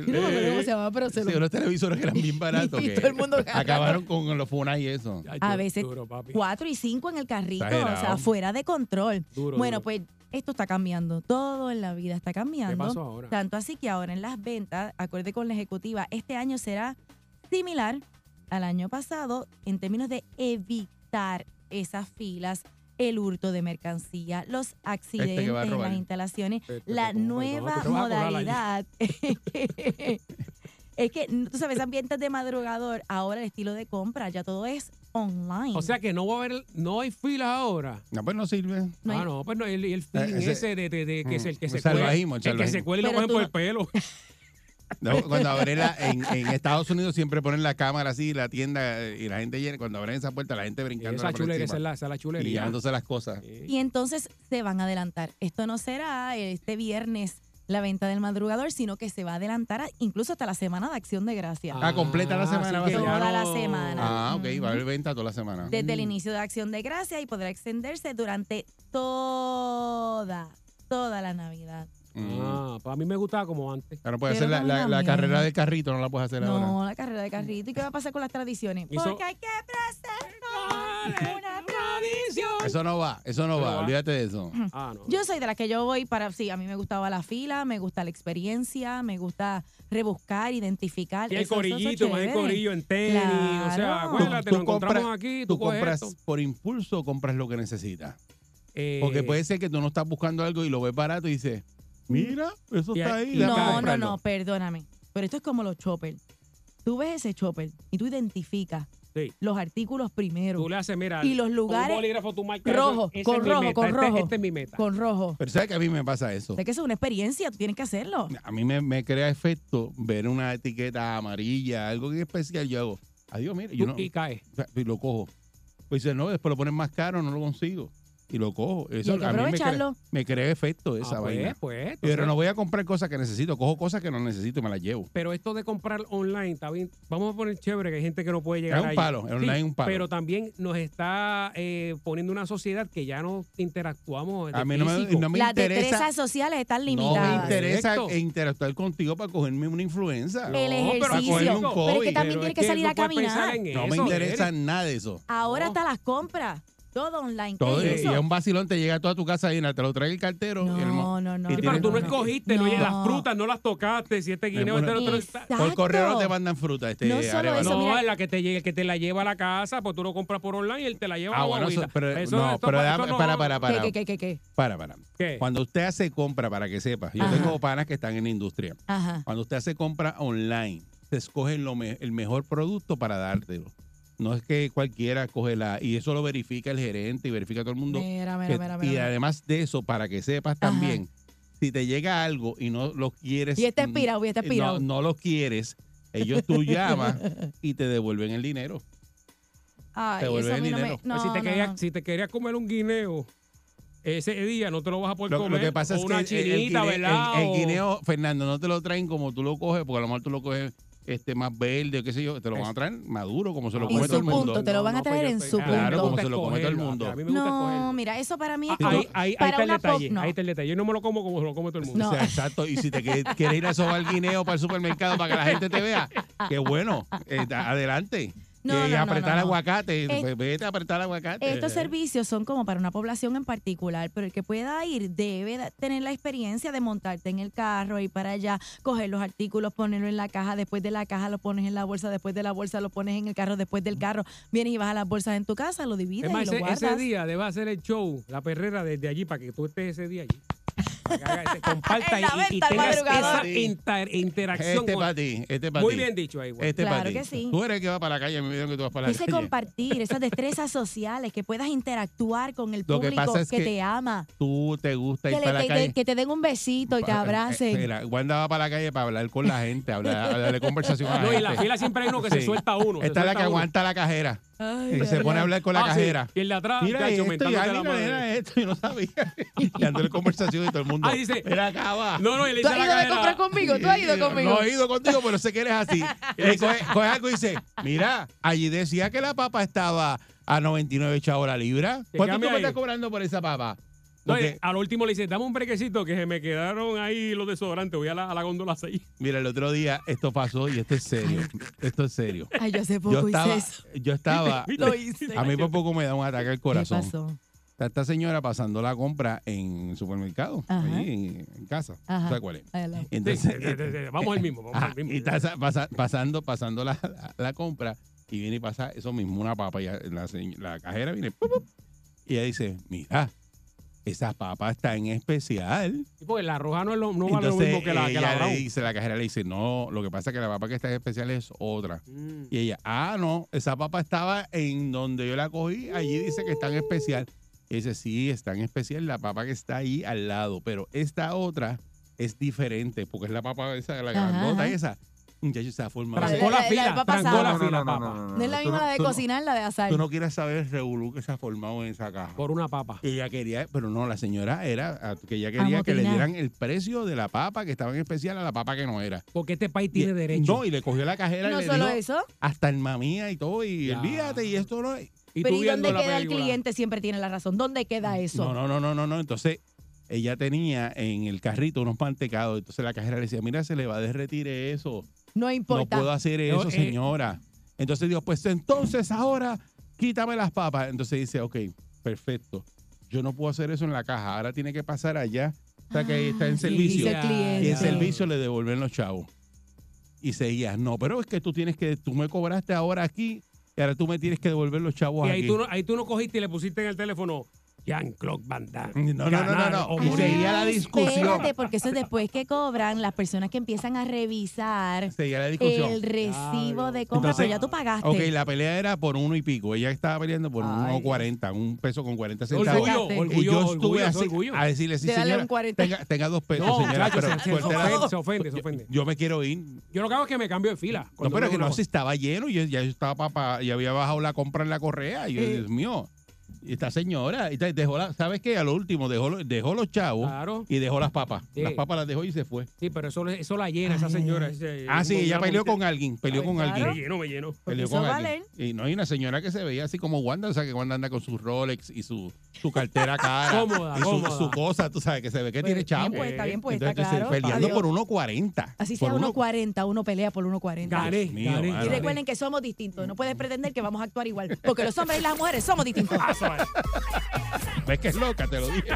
[SPEAKER 3] eh,
[SPEAKER 4] Yo no me acuerdo cómo
[SPEAKER 3] eh,
[SPEAKER 4] se llamaba, pero se
[SPEAKER 3] sí,
[SPEAKER 4] lo...
[SPEAKER 3] unos televisores que eran bien baratos.
[SPEAKER 4] Y
[SPEAKER 3] que
[SPEAKER 4] todo el mundo ganaba.
[SPEAKER 3] acabaron con los Funai y eso.
[SPEAKER 5] Ya,
[SPEAKER 4] A
[SPEAKER 5] yo-
[SPEAKER 4] veces
[SPEAKER 5] Duro, papi.
[SPEAKER 4] Cuatro y cinco en el carrito, o sea,
[SPEAKER 3] Exagerado.
[SPEAKER 4] fuera de control.
[SPEAKER 5] Duro,
[SPEAKER 4] bueno,
[SPEAKER 5] duro.
[SPEAKER 4] pues esto está cambiando. Todo en la vida está cambiando.
[SPEAKER 5] ¿Qué pasó ahora?
[SPEAKER 4] Tanto así que ahora en las ventas, acorde con la ejecutiva, este año será similar al año pasado en términos de evitar esas filas, el hurto de mercancía, los accidentes
[SPEAKER 3] va a
[SPEAKER 4] en
[SPEAKER 3] robar.
[SPEAKER 4] las instalaciones.
[SPEAKER 5] Este,
[SPEAKER 4] La
[SPEAKER 5] pero ¿cómo que no? Tú
[SPEAKER 4] nueva
[SPEAKER 5] te vas a colar ahí.
[SPEAKER 4] modalidad es que, tú sabes, ambientes de madrugador, ahora el estilo de compra, ya todo es online.
[SPEAKER 5] O sea que no va a haber, no hay fila ahora.
[SPEAKER 3] No, pues no sirve.
[SPEAKER 4] No hay-
[SPEAKER 5] ah, no, pues no, el, el feeling
[SPEAKER 3] Eh, ese-
[SPEAKER 5] ese, de, de- de que es el que
[SPEAKER 3] Mm,
[SPEAKER 5] se
[SPEAKER 3] un salvajismo,
[SPEAKER 5] cuela.
[SPEAKER 3] un
[SPEAKER 5] El que se
[SPEAKER 3] salvajismo.
[SPEAKER 5] cuela y lo
[SPEAKER 4] Pero
[SPEAKER 5] cogen
[SPEAKER 4] tú
[SPEAKER 5] por
[SPEAKER 4] no-
[SPEAKER 5] el pelo.
[SPEAKER 3] No, cuando abren la, en, en Estados Unidos siempre ponen la cámara así, la tienda, eh, y la gente llena. Cuando abren esa puerta, la gente brincando
[SPEAKER 5] Esa
[SPEAKER 3] por
[SPEAKER 5] chulería,
[SPEAKER 3] encima
[SPEAKER 5] esa es la, esa es la
[SPEAKER 3] y
[SPEAKER 5] chulería.
[SPEAKER 3] llevándose las cosas.
[SPEAKER 4] Y entonces se van a adelantar. Esto no será este viernes la venta del madrugador, sino que se va a adelantar a- incluso hasta la semana de acción de gracia.
[SPEAKER 3] Ah, completa la semana,
[SPEAKER 5] así
[SPEAKER 3] va a
[SPEAKER 5] que
[SPEAKER 3] ser.
[SPEAKER 5] ya
[SPEAKER 4] Toda la semana.
[SPEAKER 3] Ah, ok, va a haber venta toda la semana.
[SPEAKER 4] Desde el inicio de acción de gracia y podrá extenderse durante toda, toda la Navidad.
[SPEAKER 3] Mm.
[SPEAKER 5] Ah, pues a mí me gustaba como antes.
[SPEAKER 3] Ya no puede
[SPEAKER 4] Pero
[SPEAKER 3] hacer la,
[SPEAKER 4] no
[SPEAKER 3] la-
[SPEAKER 4] la
[SPEAKER 3] la
[SPEAKER 4] mía.
[SPEAKER 3] carrera del carrito, no la puedes hacer ahora.
[SPEAKER 4] No, la carrera de carrito. ¿Y qué va a pasar con las tradiciones?
[SPEAKER 5] Hizo-
[SPEAKER 4] Porque hay que presentar una
[SPEAKER 5] tradición.
[SPEAKER 3] Eso no va, eso no
[SPEAKER 5] Pero
[SPEAKER 3] va,
[SPEAKER 5] va.
[SPEAKER 3] olvídate de eso.
[SPEAKER 5] Ah, no.
[SPEAKER 4] Yo soy de las que yo voy para, sí, a mí me gustaba la fila, me gusta la experiencia, me gusta rebuscar, identificar.
[SPEAKER 5] y el
[SPEAKER 4] Eso- eso- eso
[SPEAKER 5] corillito, más el
[SPEAKER 4] chévere.
[SPEAKER 5] corillo en tenis. O sea,
[SPEAKER 4] Claro.
[SPEAKER 5] acuérdate,
[SPEAKER 3] Tú
[SPEAKER 5] lo
[SPEAKER 3] compras-
[SPEAKER 5] encontramos aquí, tú,
[SPEAKER 3] Tú
[SPEAKER 5] coges
[SPEAKER 3] compras
[SPEAKER 5] esto.
[SPEAKER 3] por impulso o compras lo que necesitas.
[SPEAKER 5] Eh,
[SPEAKER 3] Porque puede ser que tú no estás buscando algo y lo ves barato y dices, mira, eso
[SPEAKER 5] Y
[SPEAKER 3] está
[SPEAKER 5] ahí-
[SPEAKER 3] ahí.
[SPEAKER 5] y
[SPEAKER 3] déjame
[SPEAKER 4] No, no,
[SPEAKER 3] comprarlo".
[SPEAKER 4] no, perdóname. Pero esto es como los choppers. Tú ves ese chopper y tú identificas
[SPEAKER 5] Sí.
[SPEAKER 4] los artículos primero
[SPEAKER 5] Tú le haces, mira,
[SPEAKER 4] Y los
[SPEAKER 5] con
[SPEAKER 4] lugares
[SPEAKER 5] un bolígrafo, tú marcas
[SPEAKER 4] rojo,
[SPEAKER 5] eso, esa
[SPEAKER 4] con
[SPEAKER 5] es mi
[SPEAKER 4] rojo,
[SPEAKER 5] meta,
[SPEAKER 4] con
[SPEAKER 5] este-
[SPEAKER 4] rojo.
[SPEAKER 5] Este es mi meta.
[SPEAKER 4] con rojo.
[SPEAKER 3] Pero sabes que a mí me pasa eso.
[SPEAKER 4] Sé que eso es una experiencia, tú tienes que hacerlo.
[SPEAKER 3] A mí me, me crea efecto ver una etiqueta amarilla, algo en especial. Yo hago, adiós, mire, yo
[SPEAKER 5] Tú-
[SPEAKER 3] no,
[SPEAKER 5] Y caes.
[SPEAKER 3] y lo cojo. Pues dice, no, después lo ponen más caro, no lo consigo. Y lo cojo. Eso
[SPEAKER 4] hay que
[SPEAKER 3] a mí me crea,
[SPEAKER 4] aprovecharlo.
[SPEAKER 3] me crea efecto esa
[SPEAKER 5] Ah, pues,
[SPEAKER 3] vaina.
[SPEAKER 5] pues, tú
[SPEAKER 3] Pero
[SPEAKER 5] sabes.
[SPEAKER 3] no voy a comprar cosas que necesito, cojo cosas que no necesito y me las llevo.
[SPEAKER 5] Pero esto de comprar online, está bien. Vamos a poner chévere que hay gente que no puede llegar
[SPEAKER 3] Es un
[SPEAKER 5] ahí.
[SPEAKER 3] palo, el online es un palo.
[SPEAKER 5] Pero también nos está eh, poniendo una sociedad que ya no interactuamos. Pues de
[SPEAKER 3] A mí no me,
[SPEAKER 5] físico.
[SPEAKER 3] no me
[SPEAKER 4] Las
[SPEAKER 3] interesa.
[SPEAKER 4] destrezas sociales
[SPEAKER 3] No
[SPEAKER 4] están
[SPEAKER 3] me
[SPEAKER 4] limitadas.
[SPEAKER 3] interesa
[SPEAKER 5] Correcto.
[SPEAKER 3] interactuar contigo para cogerme una influenza.
[SPEAKER 4] El
[SPEAKER 5] No, pero
[SPEAKER 4] ejercicio.
[SPEAKER 3] para coger un
[SPEAKER 4] Pero es que
[SPEAKER 3] COVID.
[SPEAKER 4] también
[SPEAKER 5] Pero
[SPEAKER 4] tienes
[SPEAKER 5] es
[SPEAKER 4] que salir
[SPEAKER 5] tú
[SPEAKER 4] a
[SPEAKER 5] puedes
[SPEAKER 4] caminar.
[SPEAKER 5] pensar en
[SPEAKER 3] No me
[SPEAKER 5] eso,
[SPEAKER 3] interesa
[SPEAKER 5] Eric.
[SPEAKER 3] nada de eso.
[SPEAKER 4] Ahora
[SPEAKER 5] No.
[SPEAKER 4] hasta las compras, todo online. ¿Qué
[SPEAKER 3] Todo-
[SPEAKER 4] es
[SPEAKER 3] y
[SPEAKER 4] eso?
[SPEAKER 3] es un vacilón, te llega a toda tu casa y te lo trae el cartero. y el mo-
[SPEAKER 4] No, no, no.
[SPEAKER 3] y
[SPEAKER 5] Sí, pero
[SPEAKER 3] tienes-
[SPEAKER 5] tú no
[SPEAKER 3] no.
[SPEAKER 5] escogiste, no, oye, las frutas no las tocaste, si este guineo, este
[SPEAKER 3] bueno.
[SPEAKER 5] otro. este-
[SPEAKER 4] Exacto.
[SPEAKER 3] por correo no te mandan fruta. Este,
[SPEAKER 4] No solo
[SPEAKER 3] Arevalo.
[SPEAKER 4] eso,
[SPEAKER 5] no,
[SPEAKER 4] mira.
[SPEAKER 5] es la que te llega, el que te la lleva a la casa, pues tú lo compras por online y él te la lleva
[SPEAKER 3] Ah,
[SPEAKER 5] a la
[SPEAKER 3] bueno, eso-
[SPEAKER 5] guaguita.
[SPEAKER 3] pero,
[SPEAKER 5] Eso-
[SPEAKER 3] no,
[SPEAKER 5] esto-
[SPEAKER 3] pero
[SPEAKER 5] esto
[SPEAKER 3] déjame-
[SPEAKER 5] no-
[SPEAKER 3] para, para, para,
[SPEAKER 4] ¿Qué, qué, qué, qué?
[SPEAKER 3] para, para.
[SPEAKER 5] ¿Qué?
[SPEAKER 3] Cuando usted hace compra, para que sepa, yo
[SPEAKER 4] Ajá.
[SPEAKER 3] tengo panas que están en la industria.
[SPEAKER 4] Ajá.
[SPEAKER 3] Cuando usted hace compra online, se escoge lo me- el mejor producto para dártelo. No es que cualquiera coge la... Y eso lo verifica el gerente y verifica todo el mundo.
[SPEAKER 4] Mira,
[SPEAKER 3] que-
[SPEAKER 4] mira, mira,
[SPEAKER 3] y
[SPEAKER 4] mira.
[SPEAKER 3] además de eso, para que sepas también, si te llega algo y no lo quieres...
[SPEAKER 4] Y este está
[SPEAKER 3] mm,
[SPEAKER 4] expirado, y está
[SPEAKER 3] no,
[SPEAKER 4] expirado.
[SPEAKER 3] no lo quieres, ellos tú llamas y te devuelven el dinero.
[SPEAKER 4] Ay,
[SPEAKER 3] Te
[SPEAKER 4] eso
[SPEAKER 3] vuelve
[SPEAKER 4] a mí no me...
[SPEAKER 3] dinero.
[SPEAKER 4] No,
[SPEAKER 5] Pues si, te
[SPEAKER 4] no,
[SPEAKER 5] querías,
[SPEAKER 4] no.
[SPEAKER 5] si te querías comer un guineo ese día, no te lo vas a poder
[SPEAKER 3] Lo, lo
[SPEAKER 5] comer.
[SPEAKER 3] que pasa
[SPEAKER 5] O
[SPEAKER 3] es que
[SPEAKER 5] una
[SPEAKER 3] el-
[SPEAKER 5] chinita,
[SPEAKER 3] el, guine-
[SPEAKER 5] ¿verdad?
[SPEAKER 3] el- el
[SPEAKER 5] O-
[SPEAKER 3] guineo, Fernando, no te lo traen como tú lo coges, porque a lo mejor tú lo coges este más verde o qué sé yo, te lo van a traer maduro como se lo
[SPEAKER 4] En
[SPEAKER 3] come
[SPEAKER 4] Ah, su
[SPEAKER 3] todo el mundo.
[SPEAKER 4] punto, te lo van a
[SPEAKER 5] pues
[SPEAKER 4] traer
[SPEAKER 5] yo
[SPEAKER 4] en
[SPEAKER 5] estoy-
[SPEAKER 4] su
[SPEAKER 3] Claro,
[SPEAKER 4] punto.
[SPEAKER 3] como se lo come todo el mundo.
[SPEAKER 5] A mí me gusta
[SPEAKER 4] No,
[SPEAKER 3] pues
[SPEAKER 5] escogerlo.
[SPEAKER 4] mira, eso para mí es
[SPEAKER 5] Ah,
[SPEAKER 4] como-
[SPEAKER 5] Ahí, ahí, ahí
[SPEAKER 4] para
[SPEAKER 5] está el
[SPEAKER 4] una pop,
[SPEAKER 5] detalle,
[SPEAKER 4] no.
[SPEAKER 5] ahí está el detalle. Yo no me lo como como se lo come todo el mundo.
[SPEAKER 4] No.
[SPEAKER 3] O sea, exacto. Y si te que- quieres ir a sobar el guineo para el supermercado para que la gente te vea, qué bueno, eh, da- adelante.
[SPEAKER 4] No,
[SPEAKER 3] Eh,
[SPEAKER 4] no, no,
[SPEAKER 3] apretar
[SPEAKER 4] no, no.
[SPEAKER 3] aguacate,
[SPEAKER 4] Eh,
[SPEAKER 3] pues vete a apretar aguacate.
[SPEAKER 4] Estos servicios son como para una población en particular, pero el que pueda ir debe de- tener la experiencia de montarte en el carro, ir para allá, coger los artículos, ponerlo en la caja, después de la caja lo pones en la bolsa, después de la bolsa lo pones en el carro, después del carro vienes y vas a las bolsas en tu casa, lo divides
[SPEAKER 5] Es más,
[SPEAKER 4] y lo
[SPEAKER 5] ese,
[SPEAKER 4] guardas.
[SPEAKER 5] ese día debe hacer el show, la perrera desde allí, para que tú estés ese día allí. Para que haga- te comparta
[SPEAKER 4] En la
[SPEAKER 5] y, y
[SPEAKER 4] venta, el
[SPEAKER 5] tengas
[SPEAKER 4] madrugador.
[SPEAKER 5] esa inter- interacción.
[SPEAKER 3] Este
[SPEAKER 5] con-
[SPEAKER 3] para ti, este para ti.
[SPEAKER 5] Muy bien dicho ahí, güey.
[SPEAKER 3] Este
[SPEAKER 4] Claro
[SPEAKER 3] para ti.
[SPEAKER 4] que sí.
[SPEAKER 3] Tú eres el que va para la calle, me vieron que tú vas para la
[SPEAKER 4] Ese
[SPEAKER 3] calle.
[SPEAKER 4] compartir, esas destrezas sociales, que puedas interactuar con el
[SPEAKER 3] Lo que
[SPEAKER 4] público
[SPEAKER 3] pasa
[SPEAKER 4] que,
[SPEAKER 3] es que
[SPEAKER 4] te ama,
[SPEAKER 3] Tú te gusta
[SPEAKER 4] que,
[SPEAKER 3] ir
[SPEAKER 4] le-
[SPEAKER 3] para la
[SPEAKER 4] te-
[SPEAKER 3] calle.
[SPEAKER 4] que te den un besito y te
[SPEAKER 3] Pa- eh,
[SPEAKER 4] abracen.
[SPEAKER 3] Mira, Wanda va para la calle para hablar con la gente, hablar, hablar de conversación a la
[SPEAKER 5] No, y en
[SPEAKER 3] gente.
[SPEAKER 5] la fila siempre hay uno que se
[SPEAKER 3] Sí.
[SPEAKER 5] suelta uno. se
[SPEAKER 3] Esta es la
[SPEAKER 5] suelta
[SPEAKER 3] que
[SPEAKER 5] uno.
[SPEAKER 3] aguanta la cajera.
[SPEAKER 4] Ay,
[SPEAKER 3] Y se
[SPEAKER 4] ay,
[SPEAKER 3] pone a
[SPEAKER 4] ay.
[SPEAKER 3] hablar con la
[SPEAKER 5] Ah, sí,
[SPEAKER 3] cajera.
[SPEAKER 5] Y el de atrás,
[SPEAKER 3] Mira
[SPEAKER 5] chacho,
[SPEAKER 3] esto, y,
[SPEAKER 5] mentándote
[SPEAKER 3] ay,
[SPEAKER 5] la
[SPEAKER 3] mira,
[SPEAKER 5] madre.
[SPEAKER 3] mira esto, yo no sabía. Y ando en conversación y todo el mundo.
[SPEAKER 5] Ah, dice-
[SPEAKER 3] Mira, acaba.
[SPEAKER 5] No, no, y le
[SPEAKER 4] ¿Tú
[SPEAKER 5] dice
[SPEAKER 4] has
[SPEAKER 5] a la
[SPEAKER 4] ido de comprar
[SPEAKER 5] cajera,
[SPEAKER 4] conmigo? ¿Tú has ido conmigo?
[SPEAKER 3] No he ido contigo, pero sé que eres así. Y le coge, coge algo y dice, mira, allí decía que la papa estaba a 99 chavos la libra.
[SPEAKER 5] Que
[SPEAKER 3] ¿Cuánto tú
[SPEAKER 5] cambie
[SPEAKER 3] me
[SPEAKER 5] ahí.
[SPEAKER 3] estás cobrando por esa papa?
[SPEAKER 5] No, eh,
[SPEAKER 3] Porque,
[SPEAKER 5] y al último le dice, dame un brequecito que se me quedaron ahí los desodorantes. Voy a la, a la góndola 6.
[SPEAKER 3] mira, el otro día esto pasó y esto es serio. Esto es serio.
[SPEAKER 4] Ay, yo hace poco
[SPEAKER 3] Yo estaba,
[SPEAKER 4] hice eso.
[SPEAKER 3] yo estaba,
[SPEAKER 4] Lo hice.
[SPEAKER 3] a mí por poco me da un ataque al corazón.
[SPEAKER 4] ¿Qué pasó?
[SPEAKER 3] Está esta señora pasando la compra en el supermercado,
[SPEAKER 4] Ajá.
[SPEAKER 3] ahí en, en casa.
[SPEAKER 4] Ajá.
[SPEAKER 3] ¿Sabes cuál es?
[SPEAKER 4] Adelante.
[SPEAKER 3] Entonces,
[SPEAKER 5] vamos al mismo, vamos
[SPEAKER 3] Ajá,
[SPEAKER 5] al mismo.
[SPEAKER 3] y está sa- pasa- pasando, pasando la, la- la compra y viene y pasa eso mismo, una papa. Y la, la se- la cajera viene pup, pup, y ella dice, mira, esa papa está en especial.
[SPEAKER 5] Sí, porque la roja no, es lo, no vale lo
[SPEAKER 3] Entonces
[SPEAKER 5] mismo que la, que la
[SPEAKER 3] ella
[SPEAKER 5] brown.
[SPEAKER 3] le dice, la cajera le dice, no, lo que pasa es que la papa que está en especial es otra.
[SPEAKER 5] Mm.
[SPEAKER 3] Y ella, ah, no, esa papa estaba en donde yo la cogí, allí dice que está en especial. Y dice, sí, está en especial la papa que está ahí al lado, pero esta otra es diferente, porque es la papa esa, la
[SPEAKER 4] Ajá,
[SPEAKER 3] grandota
[SPEAKER 4] ajá.
[SPEAKER 3] esa. Muchacho, se ha formado.
[SPEAKER 4] Vale.
[SPEAKER 5] Trancó
[SPEAKER 4] La-
[SPEAKER 5] la
[SPEAKER 4] la- la
[SPEAKER 5] fila,
[SPEAKER 4] papa
[SPEAKER 5] trancó la
[SPEAKER 4] asada.
[SPEAKER 5] fila, papa.
[SPEAKER 4] No es la
[SPEAKER 3] tú
[SPEAKER 4] misma
[SPEAKER 3] no-
[SPEAKER 4] la de
[SPEAKER 3] tú no-
[SPEAKER 4] cocinar, la de asar.
[SPEAKER 3] Tú no quieres saber el revolú que se ha formado en esa caja.
[SPEAKER 5] Por una papa.
[SPEAKER 3] Y Ella quería, pero no, la señora era ah, que ella quería que le
[SPEAKER 4] Amotinar.
[SPEAKER 3] dieran el precio de la papa que estaba en especial a la papa que no era.
[SPEAKER 5] Porque este país
[SPEAKER 3] Y-
[SPEAKER 5] tiene derecho.
[SPEAKER 3] No, y le cogió la cajera y
[SPEAKER 4] No
[SPEAKER 3] le
[SPEAKER 4] solo
[SPEAKER 3] dijo,
[SPEAKER 4] eso,
[SPEAKER 3] hasta el mamía y todo, y
[SPEAKER 5] Ya.
[SPEAKER 3] olvídate, y esto no es.
[SPEAKER 5] y
[SPEAKER 4] pero
[SPEAKER 5] tú
[SPEAKER 4] ¿y
[SPEAKER 5] viendo
[SPEAKER 4] dónde
[SPEAKER 5] la
[SPEAKER 4] queda el
[SPEAKER 5] película.
[SPEAKER 4] cliente? Siempre tiene la razón. ¿Dónde queda eso?
[SPEAKER 3] No, no, no, no, no, no. Entonces, ella tenía en el carrito unos mantecados. Entonces la cajera le decía, mira, se le va a derretir eso.
[SPEAKER 4] No
[SPEAKER 3] No
[SPEAKER 4] importa.
[SPEAKER 3] puedo hacer
[SPEAKER 5] Yo,
[SPEAKER 3] eso,
[SPEAKER 5] eh,
[SPEAKER 3] señora. Entonces Dios, pues entonces ahora quítame las papas. Entonces dice, ok, perfecto. Yo no puedo hacer eso en la caja. Ahora tiene que pasar allá hasta que está en
[SPEAKER 4] Ah,
[SPEAKER 3] servicio.
[SPEAKER 4] dice el cliente.
[SPEAKER 3] Y en
[SPEAKER 4] ese.
[SPEAKER 3] servicio le devuelven los chavos. Y seguía, no, pero es que tú tienes que, tú me cobraste ahora aquí y ahora tú me tienes que devolver los chavos
[SPEAKER 5] Y
[SPEAKER 3] aquí.
[SPEAKER 5] ahí tú, no, ahí tú no cogiste y le pusiste en el teléfono Jean-Claude Van Damme.
[SPEAKER 3] No, no, no, no,
[SPEAKER 5] Ganar
[SPEAKER 3] no.
[SPEAKER 5] o
[SPEAKER 3] Y
[SPEAKER 5] morir.
[SPEAKER 3] seguía la
[SPEAKER 4] Ah,
[SPEAKER 3] discusión.
[SPEAKER 4] Espérate, porque eso es después que cobran las personas que empiezan a revisar
[SPEAKER 3] Seguía la discusión.
[SPEAKER 4] el recibo
[SPEAKER 5] Diablo.
[SPEAKER 4] de compra,
[SPEAKER 3] Entonces-
[SPEAKER 4] pero ya tú pagaste.
[SPEAKER 3] Ok, la pelea era por uno y pico. Ella estaba peleando por uno cuarenta, un peso con 40 centavos.
[SPEAKER 4] Y
[SPEAKER 5] Orgullo,
[SPEAKER 4] yo
[SPEAKER 3] y
[SPEAKER 5] orgullo,
[SPEAKER 3] yo estuve
[SPEAKER 5] orgullo,
[SPEAKER 3] así,
[SPEAKER 5] orgullo.
[SPEAKER 3] a decirle, sí,
[SPEAKER 4] De darle
[SPEAKER 3] señora,
[SPEAKER 4] un 40.
[SPEAKER 3] tenga, tenga dos pesos,
[SPEAKER 5] No,
[SPEAKER 3] señora,
[SPEAKER 5] muchacho,
[SPEAKER 3] pero pues,
[SPEAKER 5] se, se- se
[SPEAKER 3] fuerte la-
[SPEAKER 5] ofende, se ofende, se ofende.
[SPEAKER 3] yo me quiero ir.
[SPEAKER 5] Yo lo que hago es que me cambio de fila.
[SPEAKER 3] No,
[SPEAKER 5] cuando
[SPEAKER 3] pero
[SPEAKER 5] veo
[SPEAKER 3] que
[SPEAKER 5] una
[SPEAKER 3] no,
[SPEAKER 5] cosa.
[SPEAKER 3] si estaba lleno, y yo- ya yo estaba papá, y había bajado la compra en la correa, y yo, Dios mío, y esta señora, y te- dejó la- ¿sabes qué? A lo último, dejó, lo- dejó los chavos
[SPEAKER 5] Claro.
[SPEAKER 3] y dejó las papas.
[SPEAKER 5] Ah. Sí.
[SPEAKER 3] Las papas las dejó y se fue.
[SPEAKER 5] Sí, pero eso, le- eso la llena esa
[SPEAKER 4] Ay,
[SPEAKER 5] señora.
[SPEAKER 4] ay,
[SPEAKER 5] ese-
[SPEAKER 3] Ah, sí,
[SPEAKER 5] un-
[SPEAKER 3] ella
[SPEAKER 5] una
[SPEAKER 3] peleó
[SPEAKER 5] punta-
[SPEAKER 3] con alguien, peleó
[SPEAKER 4] Ay,
[SPEAKER 3] con
[SPEAKER 4] claro.
[SPEAKER 5] Me
[SPEAKER 3] alguien.
[SPEAKER 5] lleno, me lleno.
[SPEAKER 4] Porque
[SPEAKER 3] Peleó
[SPEAKER 4] eso
[SPEAKER 3] con
[SPEAKER 4] vale.
[SPEAKER 3] alguien. Y no hay una señora que se veía así como Wanda, o sea que Wanda anda con su Rolex y su, su cartera cara.
[SPEAKER 5] Cómoda,
[SPEAKER 3] y su,
[SPEAKER 5] cómoda.
[SPEAKER 3] su cosa, tú sabes, que se ve que
[SPEAKER 4] Pues,
[SPEAKER 3] tiene chavo.
[SPEAKER 4] Bien puesta, bien puesta,
[SPEAKER 3] Entonces,
[SPEAKER 4] claro.
[SPEAKER 3] peleando
[SPEAKER 4] Adiós.
[SPEAKER 3] por 1.40.
[SPEAKER 4] Así
[SPEAKER 3] por
[SPEAKER 4] sea 1.40, uno pelea por 1.40.
[SPEAKER 5] Gané,
[SPEAKER 3] Dios mío,
[SPEAKER 5] gané.
[SPEAKER 3] mano.
[SPEAKER 4] Y
[SPEAKER 3] Claro.
[SPEAKER 4] recuerden que somos distintos, no puedes pretender que vamos a actuar igual, porque los hombres y las mujeres somos distintos.
[SPEAKER 3] Ah, Ves que es loca, te lo dije.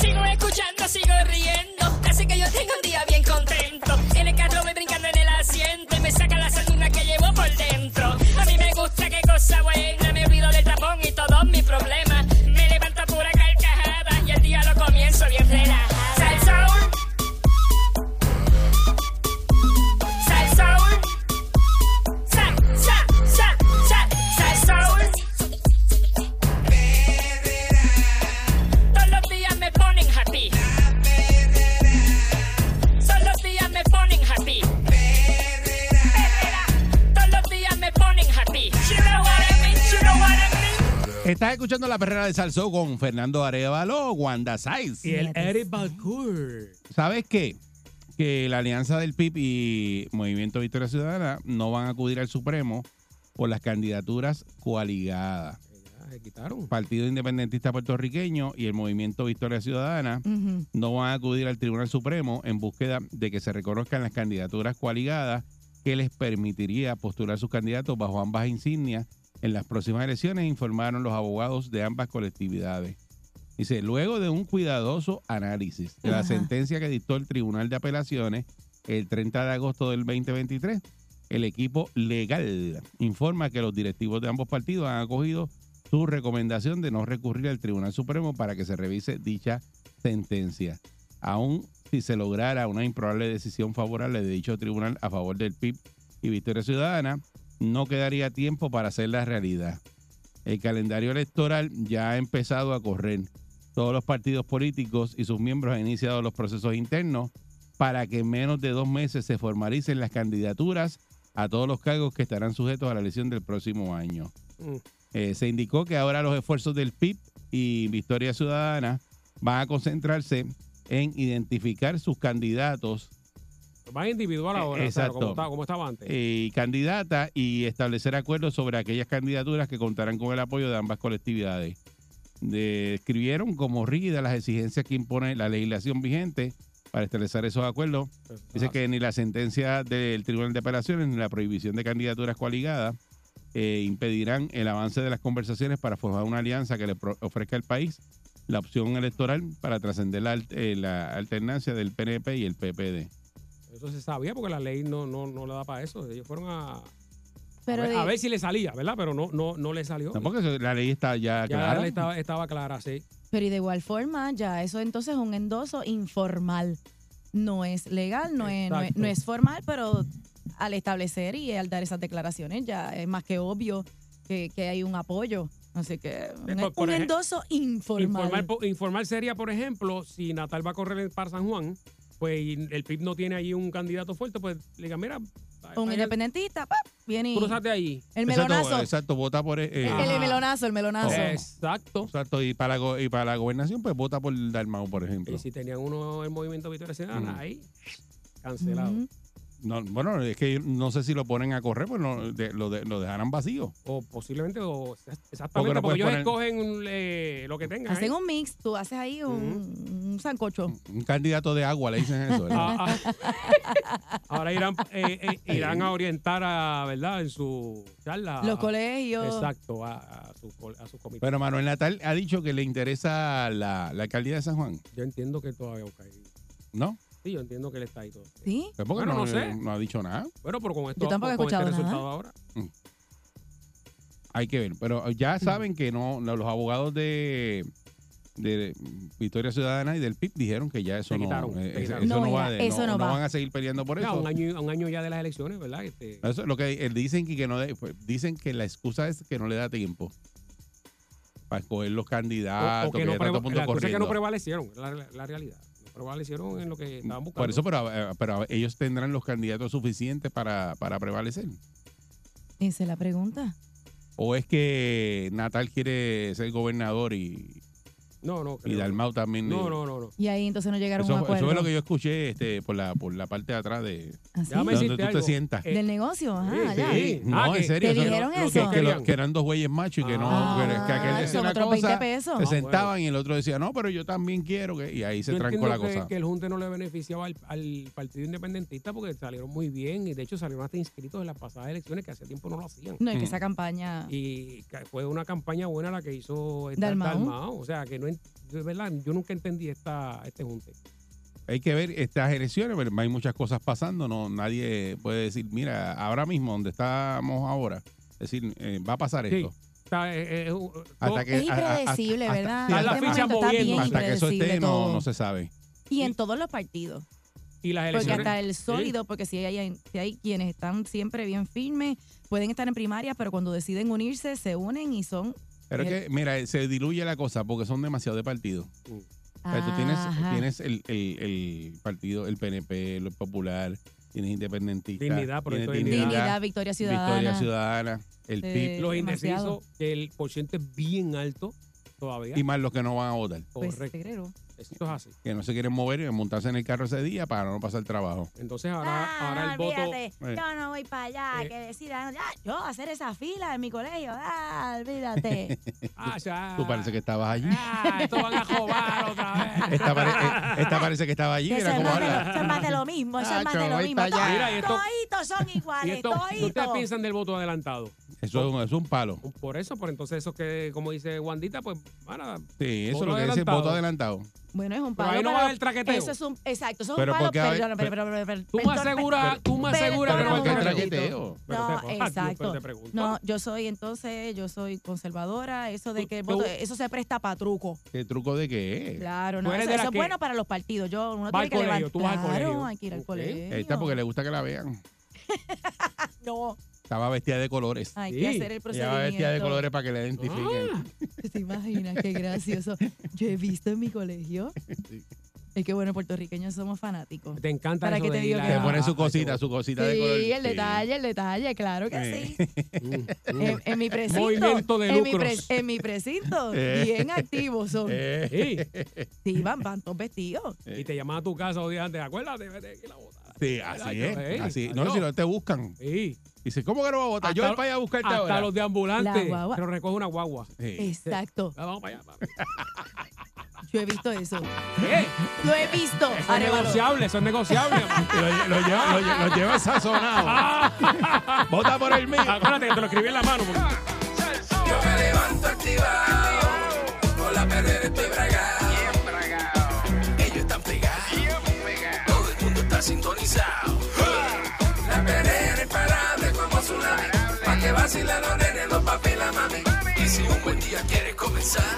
[SPEAKER 12] Sigo escuchando, sigo riendo. Así que yo tengo un día bien contento. En el carro voy brincando en el asiento y me saca la sanduna que llevo por dentro. A mí me gusta qué cosa buena. Me olvido del tapón y todos mis problemas. Me levanto a pura carcajada y el día lo comienzo bien relajada. Sal Soul. Sal Soul. Sal, sal, sal, sal, sal Soul. Todos los días me ponen happy. Todos los días me ponen happy. Perrera. Todos los días me ponen happy. You know what I mean, you know what I mean.
[SPEAKER 3] Estás escuchando la perrera de Salsó con Fernando Arevalo, Wanda Saiz.
[SPEAKER 5] Y el Eric Balcour.
[SPEAKER 3] ¿Sabes qué? Que la alianza del PIB y Movimiento Victoria Ciudadana no van a acudir al Supremo por las candidaturas coaligadas.
[SPEAKER 5] Ya, se quitaron.
[SPEAKER 3] Partido Independentista Puertorriqueño y el Movimiento Victoria Ciudadana
[SPEAKER 4] Ujú.
[SPEAKER 3] no van a acudir al Tribunal Supremo en búsqueda de que se reconozcan las candidaturas coaligadas que les permitiría postular sus candidatos bajo ambas insignias en las próximas elecciones, informaron los abogados de ambas colectividades. Dice, luego de un cuidadoso análisis de la
[SPEAKER 4] Ajá.
[SPEAKER 3] sentencia que dictó el Tribunal de Apelaciones el 30 de agosto del 2023, el equipo legal informa que los directivos de ambos partidos han acogido su recomendación de no recurrir al Tribunal Supremo para que se revise dicha sentencia. Aún si se lograra una improbable decisión favorable de dicho tribunal a favor del PIB y Victoria Ciudadana, no quedaría tiempo para hacer la realidad. El calendario electoral ya ha empezado a correr. Todos los partidos políticos y sus miembros han iniciado los procesos internos para que en menos de dos meses se formalicen las candidaturas a todos los cargos que estarán sujetos a la elección del próximo año. Eh, se indicó que ahora los esfuerzos del PIB y Victoria Ciudadana van a concentrarse en identificar sus candidatos
[SPEAKER 5] Va individual ahora, o sea,
[SPEAKER 3] Eh, Exacto. Eh,
[SPEAKER 5] como, estaba, como estaba antes.
[SPEAKER 3] y candidatas y establecer acuerdos sobre aquellas candidaturas que contarán con el apoyo de ambas colectividades. Describieron como rígidas las exigencias que impone la legislación vigente para establecer esos acuerdos.
[SPEAKER 5] Pues, Ah.
[SPEAKER 3] Dice que ni la sentencia del Tribunal de Apelaciones ni la prohibición de candidaturas coaligadas eh, impedirán el avance de las conversaciones para forjar una alianza que le pro- ofrezca al país la opción electoral para trascender la, al- eh, la alternancia del PNP y el PPD.
[SPEAKER 5] Eso se sabía porque la ley no, no, no le da para eso. Ellos fueron a,
[SPEAKER 4] Pero
[SPEAKER 5] a, ver,
[SPEAKER 4] de-
[SPEAKER 5] a ver si le salía, ¿verdad? Pero no, no, no le salió.
[SPEAKER 3] No, porque eso- la ley está ya,
[SPEAKER 5] ya
[SPEAKER 3] clara.
[SPEAKER 5] la ley estaba, estaba clara, sí.
[SPEAKER 4] Pero y de igual forma, ya eso entonces es un endoso informal. No es legal, no es, no, es,
[SPEAKER 5] Exacto.
[SPEAKER 4] no es formal, pero al establecer y al dar esas declaraciones ya es más que obvio que, que hay un apoyo. Así que un,
[SPEAKER 5] por- por
[SPEAKER 4] un
[SPEAKER 5] ej-
[SPEAKER 4] endoso informal.
[SPEAKER 5] Informal, po- informal sería, por ejemplo, si Natal va a correr para San Juan, pues y el PIB no tiene allí un candidato fuerte, pues le digan, mira,
[SPEAKER 4] un
[SPEAKER 5] vaya-
[SPEAKER 4] independentista, ¡pap! viene y-
[SPEAKER 5] cruzate ahí.
[SPEAKER 4] el
[SPEAKER 3] Exacto,
[SPEAKER 4] melonazo.
[SPEAKER 3] Exacto, vota por... eh,
[SPEAKER 4] El,
[SPEAKER 5] Ajá.
[SPEAKER 4] el melonazo, el melonazo.
[SPEAKER 5] Oh, Exacto.
[SPEAKER 3] Exacto, y para, la go- y para la gobernación, pues vota por Dalmau, por ejemplo.
[SPEAKER 5] Y si tenían uno el movimiento Victoria Ciudadana,
[SPEAKER 3] Ujú.
[SPEAKER 5] ahí, cancelado.
[SPEAKER 4] Ujú.
[SPEAKER 3] No, bueno, es que no sé si lo ponen a correr, pues no, de- lo, de- lo dejarán vacío.
[SPEAKER 5] O posiblemente, o exactamente,
[SPEAKER 3] no
[SPEAKER 5] porque
[SPEAKER 3] puedes
[SPEAKER 5] ellos
[SPEAKER 3] poner-
[SPEAKER 5] escogen eh, lo que tengan. ahí.
[SPEAKER 4] Hacen un mix, tú haces ahí un, un sancocho.
[SPEAKER 3] Un candidato de agua, le dicen eso. ¿verdad?
[SPEAKER 5] Ah, ah. ahora irán, eh, eh, irán a orientar a, ¿verdad? En su charla.
[SPEAKER 4] Los
[SPEAKER 5] a-
[SPEAKER 4] colegios.
[SPEAKER 5] Ah, Exacto, a, a su, col- a su comité.
[SPEAKER 3] Pero Manuel Natal ha dicho que le interesa la, la alcaldía de San Juan,
[SPEAKER 5] yo entiendo que él todavía busca ahí.
[SPEAKER 3] ¿no?
[SPEAKER 5] Sí, yo entiendo que él está ahí todo.
[SPEAKER 4] ¿Sí?
[SPEAKER 3] Pues porque
[SPEAKER 5] Bueno,
[SPEAKER 3] no,
[SPEAKER 5] no sé.
[SPEAKER 3] no ha dicho nada.
[SPEAKER 5] Bueno, pero con esto,
[SPEAKER 4] Yo tampoco he
[SPEAKER 5] con este
[SPEAKER 4] escuchado nada.
[SPEAKER 5] resultado ahora.
[SPEAKER 3] Hay que ver. Pero ya saben que no, no, los abogados de, de Victoria Ciudadana y del PIB dijeron que ya eso
[SPEAKER 5] Te
[SPEAKER 3] no,
[SPEAKER 5] quitaron,
[SPEAKER 3] eh,
[SPEAKER 5] te
[SPEAKER 3] eso-
[SPEAKER 5] quitaron.
[SPEAKER 3] eso
[SPEAKER 4] No,
[SPEAKER 3] no va
[SPEAKER 4] era-
[SPEAKER 3] de-
[SPEAKER 4] eso
[SPEAKER 3] no-
[SPEAKER 4] no
[SPEAKER 3] no
[SPEAKER 4] va.
[SPEAKER 3] van a seguir peleando por
[SPEAKER 5] Ya,
[SPEAKER 3] eso.
[SPEAKER 5] un, año, un año ya de las elecciones, ¿verdad? Este,
[SPEAKER 3] Eso es lo que eh, dicen que, que no de- pues, dicen que la excusa es que no le da tiempo para escoger los
[SPEAKER 5] o-
[SPEAKER 3] candidatos,
[SPEAKER 5] o
[SPEAKER 3] que, ya está todo
[SPEAKER 5] preva-
[SPEAKER 3] el mundo
[SPEAKER 5] la cosa es que
[SPEAKER 3] corriendo.
[SPEAKER 5] no prevalecieron, la, la- la realidad. No prevalecieron en lo que estaban buscando.
[SPEAKER 3] Por eso, pero, eh, pero ellos tendrán los candidatos suficientes para, para prevalecer.
[SPEAKER 4] Esa es la pregunta.
[SPEAKER 3] ¿O es que Natal quiere ser gobernador y,
[SPEAKER 5] no, no,
[SPEAKER 3] y
[SPEAKER 5] creo.
[SPEAKER 3] Dalmau también?
[SPEAKER 5] No, no, no, no.
[SPEAKER 4] Y ahí entonces no llegaron a un
[SPEAKER 3] Eso, fue-
[SPEAKER 4] acuerdo.
[SPEAKER 3] eso es lo que yo escuché este, por, la, por la parte de atrás de
[SPEAKER 4] ¿Ah, sí?
[SPEAKER 3] donde
[SPEAKER 5] Déjame decirte
[SPEAKER 3] tú te
[SPEAKER 5] algo.
[SPEAKER 3] sientas.
[SPEAKER 5] Eh,
[SPEAKER 4] Del negocio, ajá,
[SPEAKER 5] sí,
[SPEAKER 4] ya.
[SPEAKER 5] sí.
[SPEAKER 3] No,
[SPEAKER 5] Ah,
[SPEAKER 3] en
[SPEAKER 5] que-
[SPEAKER 3] serio.
[SPEAKER 4] ¿Te
[SPEAKER 3] eso-
[SPEAKER 4] dijeron
[SPEAKER 3] que-
[SPEAKER 4] eso?
[SPEAKER 3] Que, lo-
[SPEAKER 5] querían.
[SPEAKER 3] que eran dos güeyes machos y que no.
[SPEAKER 4] Ah,
[SPEAKER 3] que, que aquel decía
[SPEAKER 4] son
[SPEAKER 3] una
[SPEAKER 4] otros 20
[SPEAKER 3] cosa,
[SPEAKER 4] pesos.
[SPEAKER 3] se
[SPEAKER 4] Ah,
[SPEAKER 3] sentaban y el otro decía, no, pero yo también quiero. que Y ahí se
[SPEAKER 5] Yo
[SPEAKER 3] trancó la
[SPEAKER 5] entiendo que,
[SPEAKER 3] cosa.
[SPEAKER 5] que el Junte no le beneficiaba al, al Partido Independentista porque salieron muy bien y de hecho salieron hasta inscritos en las pasadas elecciones que hace tiempo no lo hacían.
[SPEAKER 4] No, es
[SPEAKER 3] Mm.
[SPEAKER 4] que esa campaña.
[SPEAKER 5] Y ca- fue una campaña buena la que hizo este
[SPEAKER 4] Dalmau.
[SPEAKER 5] Dalmau. O sea, que no, en- de verdad, yo nunca entendí esta, este Junte.
[SPEAKER 3] hay que ver estas elecciones, pero hay muchas cosas pasando, no nadie puede decir, mira, ahora mismo donde estamos ahora, es decir, eh, va a pasar
[SPEAKER 5] Sí,
[SPEAKER 3] esto.
[SPEAKER 5] Está, eh, eh, eh, todo-
[SPEAKER 3] Hasta que,
[SPEAKER 4] Es
[SPEAKER 3] a- a-
[SPEAKER 4] impredecible,
[SPEAKER 3] hasta-
[SPEAKER 4] ¿verdad? este
[SPEAKER 3] sí,
[SPEAKER 5] Está la
[SPEAKER 3] hasta-
[SPEAKER 5] ficha
[SPEAKER 4] momento está bien
[SPEAKER 5] moviendo.
[SPEAKER 3] hasta que eso
[SPEAKER 4] impredecible
[SPEAKER 3] esté no,
[SPEAKER 4] todo.
[SPEAKER 3] no se sabe.
[SPEAKER 4] Y en todos los partidos.
[SPEAKER 5] y las
[SPEAKER 4] Porque
[SPEAKER 5] elecciones.
[SPEAKER 4] hasta el sólido,
[SPEAKER 5] Sí.
[SPEAKER 4] porque si hay, si hay quienes están siempre bien firmes, pueden estar en primaria, pero cuando deciden unirse, se unen y son.
[SPEAKER 3] Pero es que, mira, se diluye la cosa porque son demasiado de partidos. O sea, tú tienes,
[SPEAKER 4] Ah, Ajá.
[SPEAKER 3] tienes el, el- el partido, el PNP, el Popular, tienes Independentista,
[SPEAKER 5] Dignidad, Proyecto
[SPEAKER 3] tienes
[SPEAKER 5] Dignidad,
[SPEAKER 4] Dignidad, Victoria Ciudadana.
[SPEAKER 3] Victoria Ciudadana, el
[SPEAKER 4] Sí.
[SPEAKER 3] PIB
[SPEAKER 5] Los
[SPEAKER 4] demasiado.
[SPEAKER 5] indecisos, el porciento es bien alto todavía.
[SPEAKER 3] y más los que no van a votar,
[SPEAKER 4] Pues,
[SPEAKER 5] Correcto.
[SPEAKER 4] tegrero.
[SPEAKER 5] Eso es así.
[SPEAKER 3] que no se quieren mover y montarse en el carro ese día para no pasar trabajo.
[SPEAKER 5] Entonces ahora,
[SPEAKER 4] Ah,
[SPEAKER 5] ahora el voto.
[SPEAKER 3] Eh.
[SPEAKER 4] Yo no voy para allá,
[SPEAKER 5] Eh.
[SPEAKER 4] que decidan, ah, yo hacer esa fila en mi colegio, ah, olvídate.
[SPEAKER 5] Ah, ya.
[SPEAKER 3] Tú parece que estabas allí.
[SPEAKER 5] Ah, esto van a jobar otra vez.
[SPEAKER 3] Esta, pare- eh, esta parece que estaba allí,
[SPEAKER 4] Que
[SPEAKER 3] mira
[SPEAKER 4] eso es
[SPEAKER 3] cómo
[SPEAKER 4] más de
[SPEAKER 3] habla.
[SPEAKER 4] lo- eso es más de lo mismo, eso
[SPEAKER 3] Ah,
[SPEAKER 4] es más de
[SPEAKER 3] que
[SPEAKER 4] lo
[SPEAKER 3] voy
[SPEAKER 4] mismo.
[SPEAKER 3] pa' allá.
[SPEAKER 4] To-
[SPEAKER 5] Mira, y esto-
[SPEAKER 4] Toditos son
[SPEAKER 5] Y
[SPEAKER 4] iguales,
[SPEAKER 5] esto, ¿qué ustedes
[SPEAKER 4] toditos.
[SPEAKER 5] piensan del voto adelantado?
[SPEAKER 3] Eso es, un, es un palo.
[SPEAKER 5] Por eso, por entonces esos que, como dice Wandita, pues van a...
[SPEAKER 3] Sí, eso es
[SPEAKER 5] Voto
[SPEAKER 3] lo que dice
[SPEAKER 5] adelantado.
[SPEAKER 3] voto adelantado.
[SPEAKER 4] Bueno, es un
[SPEAKER 5] Pero
[SPEAKER 4] palo.
[SPEAKER 5] ahí no va a haber traqueteo.
[SPEAKER 4] Eso es un, exacto, eso es un
[SPEAKER 3] Pero
[SPEAKER 4] palo.
[SPEAKER 3] porque a ver-
[SPEAKER 4] Perdón, pero, pero, pero, pero,
[SPEAKER 5] Tú me
[SPEAKER 4] perdón,
[SPEAKER 5] aseguras, tú me aseguras que
[SPEAKER 4] Pero
[SPEAKER 5] no va a
[SPEAKER 4] porque
[SPEAKER 3] porque
[SPEAKER 5] haber
[SPEAKER 4] un
[SPEAKER 5] traqueteo.
[SPEAKER 3] traqueteo.
[SPEAKER 5] Pero te-
[SPEAKER 4] No,
[SPEAKER 5] ah, Dios, pero
[SPEAKER 4] exacto.
[SPEAKER 5] te pregunto. Ah,
[SPEAKER 4] No, yo soy entonces, yo soy conservadora, eso de
[SPEAKER 5] Tú-
[SPEAKER 4] que el
[SPEAKER 5] tú-
[SPEAKER 4] voto, eso se presta para truco.
[SPEAKER 3] ¿Qué truco de qué es?
[SPEAKER 4] Claro,
[SPEAKER 5] tú
[SPEAKER 4] no,
[SPEAKER 5] eres
[SPEAKER 4] eso,
[SPEAKER 5] de las
[SPEAKER 4] eso es
[SPEAKER 5] que-
[SPEAKER 4] bueno para los partidos. Yo uno
[SPEAKER 5] Va
[SPEAKER 4] tiene
[SPEAKER 5] al
[SPEAKER 4] que
[SPEAKER 5] colegio,
[SPEAKER 4] levantar.
[SPEAKER 5] tú vas al colegio.
[SPEAKER 4] Claro, hay que ir al
[SPEAKER 5] Ok.
[SPEAKER 4] colegio.
[SPEAKER 3] Esta porque le gusta que la vean.
[SPEAKER 4] No,
[SPEAKER 3] Estaba vestida de
[SPEAKER 13] Ah,
[SPEAKER 3] colores.
[SPEAKER 4] hay
[SPEAKER 5] Sí,
[SPEAKER 4] que hacer el
[SPEAKER 3] Estaba vestida de
[SPEAKER 4] procedimiento.
[SPEAKER 3] colores para que la identifiquen.
[SPEAKER 4] ¿Te imaginas qué gracioso? Yo he visto en mi colegio
[SPEAKER 13] Es que bueno, puertorriqueños somos fanáticos.
[SPEAKER 5] Te encanta
[SPEAKER 13] Para
[SPEAKER 5] eso
[SPEAKER 13] que te
[SPEAKER 5] de
[SPEAKER 13] digo
[SPEAKER 5] ir
[SPEAKER 13] que
[SPEAKER 3] Te
[SPEAKER 13] Ah,
[SPEAKER 3] pone su
[SPEAKER 5] a-
[SPEAKER 3] cosita, su cosita de color.
[SPEAKER 13] Sí, el detalle, el detalle, claro que sí.
[SPEAKER 3] Sí.
[SPEAKER 5] Mm, mm.
[SPEAKER 13] En, en mi precinto.
[SPEAKER 5] Movimiento de
[SPEAKER 13] en, mi
[SPEAKER 5] lucros.
[SPEAKER 13] pre- en mi precinto.
[SPEAKER 3] Eh.
[SPEAKER 13] Bien activos son.
[SPEAKER 3] Eh,
[SPEAKER 5] Sí.
[SPEAKER 13] Sí, van, van todos vestidos.
[SPEAKER 5] Y te llamaba a tu casa dos días antes, acuérdate, vete que la botada.
[SPEAKER 3] sí, así es.
[SPEAKER 5] Ey,
[SPEAKER 3] así. No,
[SPEAKER 5] adiós.
[SPEAKER 3] si no te buscan.
[SPEAKER 5] Sí.
[SPEAKER 3] Dice, ¿cómo que no va a votar? Yo
[SPEAKER 5] Hasta-
[SPEAKER 3] voy para allá a buscarte
[SPEAKER 5] Hasta
[SPEAKER 3] ahora.
[SPEAKER 5] los de ambulantes.
[SPEAKER 13] La guagua.
[SPEAKER 5] Pero recoge una guagua.
[SPEAKER 3] Sí.
[SPEAKER 13] Exacto.
[SPEAKER 5] Ah, Vamos para allá. papi.
[SPEAKER 13] Yo he visto eso.
[SPEAKER 5] Eh,
[SPEAKER 13] Lo he visto.
[SPEAKER 5] Eso es
[SPEAKER 13] Arevalo.
[SPEAKER 5] negociable, eso es negociable. amor.
[SPEAKER 3] Y Lo, lle- lo lleva, lo, lle- lo lleva sazonado. Vota por el mío.
[SPEAKER 5] Acuérdate que te lo escribí en la mano. porque-
[SPEAKER 1] Yo me levanto activado. Con la perrera estoy bragado. Ellos están pegados. Todo el mundo está sintonizado. La perrera es parable como tsunami. Pa' que vacilan los nenes, los papi y la mami. Y si un buen día quieres comenzar,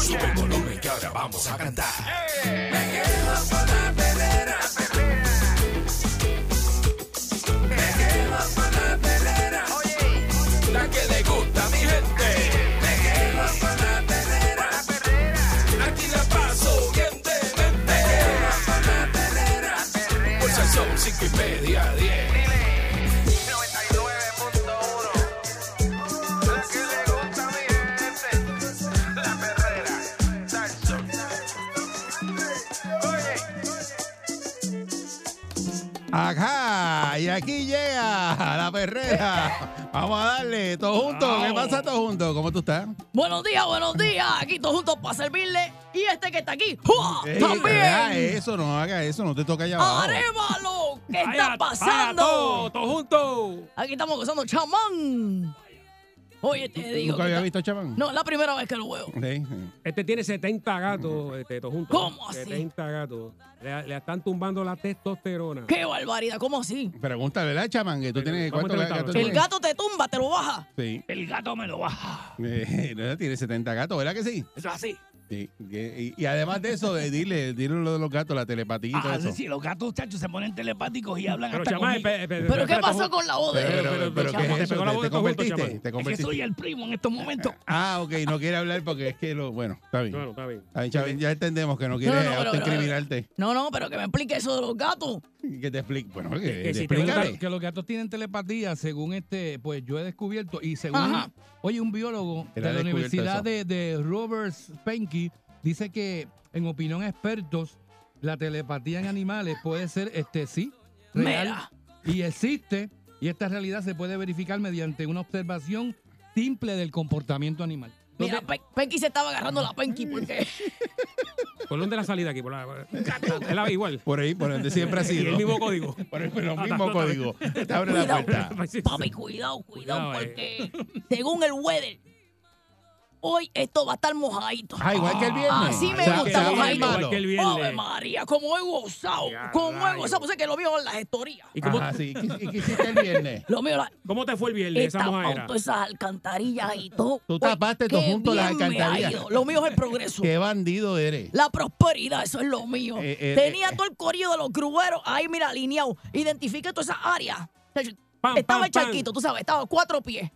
[SPEAKER 1] sube el volumen que ahora vamos a cantar. Me quedo con la perrera. Me quedo con la perrera. La que le gusta a mi gente. Me quedo con la perrera. Aquí la paso bien de mente. Me quedo con la perrera. Pues el son cinco y media a diez.
[SPEAKER 11] 99.1 La que le gusta a mi gente La perrera Salsón
[SPEAKER 3] Ajá, y aquí llega la perrera. Vamos a darle, todos juntos. ¿Qué pasa, todos juntos? ¿Cómo tú estás?
[SPEAKER 13] Buenos días, buenos días. Aquí todos juntos para servirle. Y este que está aquí. ¡jua!
[SPEAKER 3] Ey, haga
[SPEAKER 13] También.
[SPEAKER 3] eso, no haga eso, no te toca allá abajo.
[SPEAKER 13] Arevalo. ¿Qué
[SPEAKER 5] Vaya,
[SPEAKER 13] está
[SPEAKER 5] vaya, todo,
[SPEAKER 13] pasando?
[SPEAKER 5] todo junto.
[SPEAKER 13] Aquí estamos gozando chamán. Oye, te digo.
[SPEAKER 3] ¿Nunca
[SPEAKER 13] que
[SPEAKER 3] había
[SPEAKER 13] está-
[SPEAKER 3] visto chamán?
[SPEAKER 13] No, es la primera vez que lo veo.
[SPEAKER 3] Sí, sí.
[SPEAKER 5] Este tiene 70 gatos, este, todo junto.
[SPEAKER 13] ¿Cómo así?
[SPEAKER 5] 70 gatos. Le, le están tumbando la testosterona.
[SPEAKER 13] ¡Qué barbaridad! ¿Cómo así?
[SPEAKER 3] Pregúntale, ¿verdad, chamán? Que tú
[SPEAKER 5] Pero,
[SPEAKER 3] tienes
[SPEAKER 5] vamos
[SPEAKER 3] cuántos
[SPEAKER 5] a entrevistarlo.
[SPEAKER 3] gatos.
[SPEAKER 5] Eso
[SPEAKER 13] El
[SPEAKER 3] tienes?
[SPEAKER 13] gato te tumba, te lo baja.
[SPEAKER 3] Sí.
[SPEAKER 1] El gato me lo baja.
[SPEAKER 3] Eh, no, tiene 70 gatos, ¿verdad que sí?
[SPEAKER 1] Eso es así.
[SPEAKER 3] Sí. Y, y además de eso, de, dile, dile lo de los gatos, la telepatía y todo
[SPEAKER 1] Ah,
[SPEAKER 3] eso.
[SPEAKER 1] sí, los gatos, chachos, se ponen telepáticos y hablan
[SPEAKER 5] Pero
[SPEAKER 1] hasta
[SPEAKER 5] chamán,
[SPEAKER 1] conmigo.
[SPEAKER 5] pe- pe- pe-
[SPEAKER 13] ¿Pero qué
[SPEAKER 5] espérate,
[SPEAKER 13] pasó
[SPEAKER 5] Juan.
[SPEAKER 13] con la
[SPEAKER 3] Pero,
[SPEAKER 13] odea?
[SPEAKER 3] pero, pero,
[SPEAKER 5] pero,
[SPEAKER 3] ¿qué es
[SPEAKER 5] chamán, te
[SPEAKER 3] eso?
[SPEAKER 5] pegó la
[SPEAKER 3] ¿Te-
[SPEAKER 5] voz
[SPEAKER 3] ¿Te
[SPEAKER 5] de todo junto,
[SPEAKER 3] convertiste?
[SPEAKER 5] chamán.
[SPEAKER 3] ¿Te
[SPEAKER 1] Es que
[SPEAKER 3] convertiste?
[SPEAKER 1] soy el primo en estos momentos.
[SPEAKER 3] Ah, ok, no quiere hablar porque es que lo. Bueno, está bien.
[SPEAKER 5] Bueno, está bien.
[SPEAKER 3] Ay, Chavín, ya entendemos que no
[SPEAKER 13] No,
[SPEAKER 3] quiere
[SPEAKER 13] no, pero,
[SPEAKER 3] autoincriminarte.
[SPEAKER 13] No, no, pero que me explique eso de los gatos.
[SPEAKER 3] Que te explique. Bueno, que,
[SPEAKER 5] Que- que si te
[SPEAKER 3] explícale.
[SPEAKER 5] gusta-
[SPEAKER 14] Que los gatos tienen telepatía, según este, pues yo he descubierto, y según,
[SPEAKER 13] Ajá.
[SPEAKER 14] oye, un biólogo
[SPEAKER 3] Él ha
[SPEAKER 14] de la
[SPEAKER 3] descubierto
[SPEAKER 14] Universidad de, de Roberts Penke dice que, en opinión de expertos, la telepatía en animales puede ser, este, sí, real,
[SPEAKER 13] Mira.
[SPEAKER 14] y existe, y esta realidad se puede verificar mediante una observación simple del comportamiento animal.
[SPEAKER 13] Mira, Pe- Penky se estaba agarrando la Penky porque
[SPEAKER 5] ¿Por dónde la salida aquí? Por la, él habla igual.
[SPEAKER 3] Por ahí, por donde siempre ha
[SPEAKER 5] Y
[SPEAKER 3] sido.
[SPEAKER 5] el mismo código.
[SPEAKER 3] Por el, por el
[SPEAKER 1] Ah,
[SPEAKER 3] mismo código. Te abre la
[SPEAKER 13] Cuidado.
[SPEAKER 3] puerta.
[SPEAKER 13] Papi, cuidado, cuidado,
[SPEAKER 5] Cuidado,
[SPEAKER 14] eh.
[SPEAKER 13] porque según el weather, hoy esto va a estar mojadito.
[SPEAKER 3] Ah, igual que el viernes.
[SPEAKER 13] Así me
[SPEAKER 3] O sea,
[SPEAKER 13] gusta, pues,
[SPEAKER 3] que estamos
[SPEAKER 13] mojadito.
[SPEAKER 3] malo.
[SPEAKER 5] Igual que el
[SPEAKER 13] ¡Ave
[SPEAKER 5] viernes.
[SPEAKER 13] María! Como he gozado,
[SPEAKER 5] Ya,
[SPEAKER 13] como he
[SPEAKER 5] rayo.
[SPEAKER 13] gozado. Pues es que lo mío es la gestoría.
[SPEAKER 5] ¿Y cómo,
[SPEAKER 3] Ajá, sí. ¿Y qué- y qué hiciste el viernes?
[SPEAKER 13] Lo mío es la...
[SPEAKER 5] cómo te fue el viernes,
[SPEAKER 13] He
[SPEAKER 5] esa
[SPEAKER 13] tapado
[SPEAKER 5] mojadera?
[SPEAKER 13] todas esas alcantarillas y todo.
[SPEAKER 3] Tú
[SPEAKER 13] Oye,
[SPEAKER 3] tapaste todo
[SPEAKER 13] qué
[SPEAKER 3] junto las
[SPEAKER 13] bien me ha
[SPEAKER 3] alcantarillas.
[SPEAKER 13] ido. Lo mío es el progreso.
[SPEAKER 3] Qué bandido eres.
[SPEAKER 13] La prosperidad, eso es lo mío.
[SPEAKER 3] Eh, eh,
[SPEAKER 13] Tenía
[SPEAKER 3] eh,
[SPEAKER 13] todo el corillo de los grueros ahí, mira, alineado. Identifique todas esas áreas.
[SPEAKER 5] Pam,
[SPEAKER 13] estaba
[SPEAKER 5] pam,
[SPEAKER 13] el charquito, tú sabes, estaba a cuatro pies.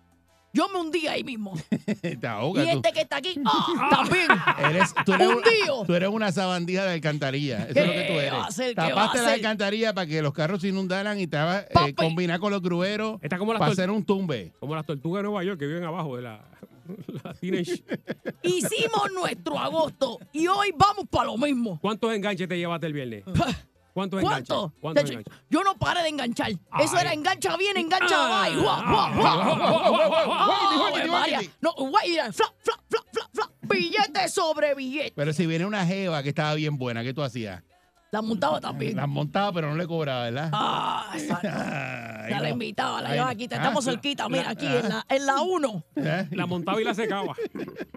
[SPEAKER 13] Yo me hundí ahí mismo.
[SPEAKER 3] Te
[SPEAKER 13] Y
[SPEAKER 3] ahogas tú.
[SPEAKER 13] este que está aquí, ¡ah! también.
[SPEAKER 3] Eres, tú, eres un-
[SPEAKER 13] Hundido.
[SPEAKER 3] tú eres una sabandija de alcantarilla. Eso es lo que tú
[SPEAKER 13] ¿Qué
[SPEAKER 3] eres.
[SPEAKER 13] va a hacer? ¿Qué va a
[SPEAKER 3] Tapaste la
[SPEAKER 13] hacer?
[SPEAKER 3] alcantarilla para que los carros se inundaran y te vas
[SPEAKER 13] Papi.
[SPEAKER 3] combinar con los grueros
[SPEAKER 5] Está como las
[SPEAKER 3] para
[SPEAKER 5] tor-
[SPEAKER 3] hacer un tumbe.
[SPEAKER 5] Como las tortugas de Nueva York que viven abajo de la, la teenage.
[SPEAKER 13] Hicimos nuestro agosto y hoy vamos para lo mismo.
[SPEAKER 5] ¿Cuántos enganches te llevaste el viernes? ¿Cuántos enganches?
[SPEAKER 13] ¿Cuánto?
[SPEAKER 5] ¿Cuántos
[SPEAKER 13] Chacho,
[SPEAKER 5] enganches?
[SPEAKER 13] Yo no paré de enganchar. Eso
[SPEAKER 5] Ay.
[SPEAKER 13] era engancha bien, engancha
[SPEAKER 5] Ah.
[SPEAKER 13] va y guau, guau, guau,
[SPEAKER 5] ¡Oh,
[SPEAKER 13] guau.
[SPEAKER 3] Guau,
[SPEAKER 13] Ave
[SPEAKER 3] guau,
[SPEAKER 13] María.
[SPEAKER 3] guau.
[SPEAKER 13] No, guay, mira, fla, fla, fla, fla, fla. Billete sobre billete.
[SPEAKER 3] Pero si viene una jeva que estaba bien buena, ¿qué tú hacías?
[SPEAKER 13] La montaba también.
[SPEAKER 3] Las montaba, pero no le cobraba, ¿verdad?
[SPEAKER 13] Ah, exacto.
[SPEAKER 3] Ay,
[SPEAKER 13] Ah, Ya la
[SPEAKER 3] no.
[SPEAKER 13] invitaba, la
[SPEAKER 3] Ay,
[SPEAKER 13] llevaba
[SPEAKER 3] no.
[SPEAKER 13] aquí.
[SPEAKER 3] Ah,
[SPEAKER 13] Estamos
[SPEAKER 3] la-
[SPEAKER 13] cerquita, mira, aquí en la- en la 1.
[SPEAKER 3] ¿Eh?
[SPEAKER 5] oh! La montaba y la secaba.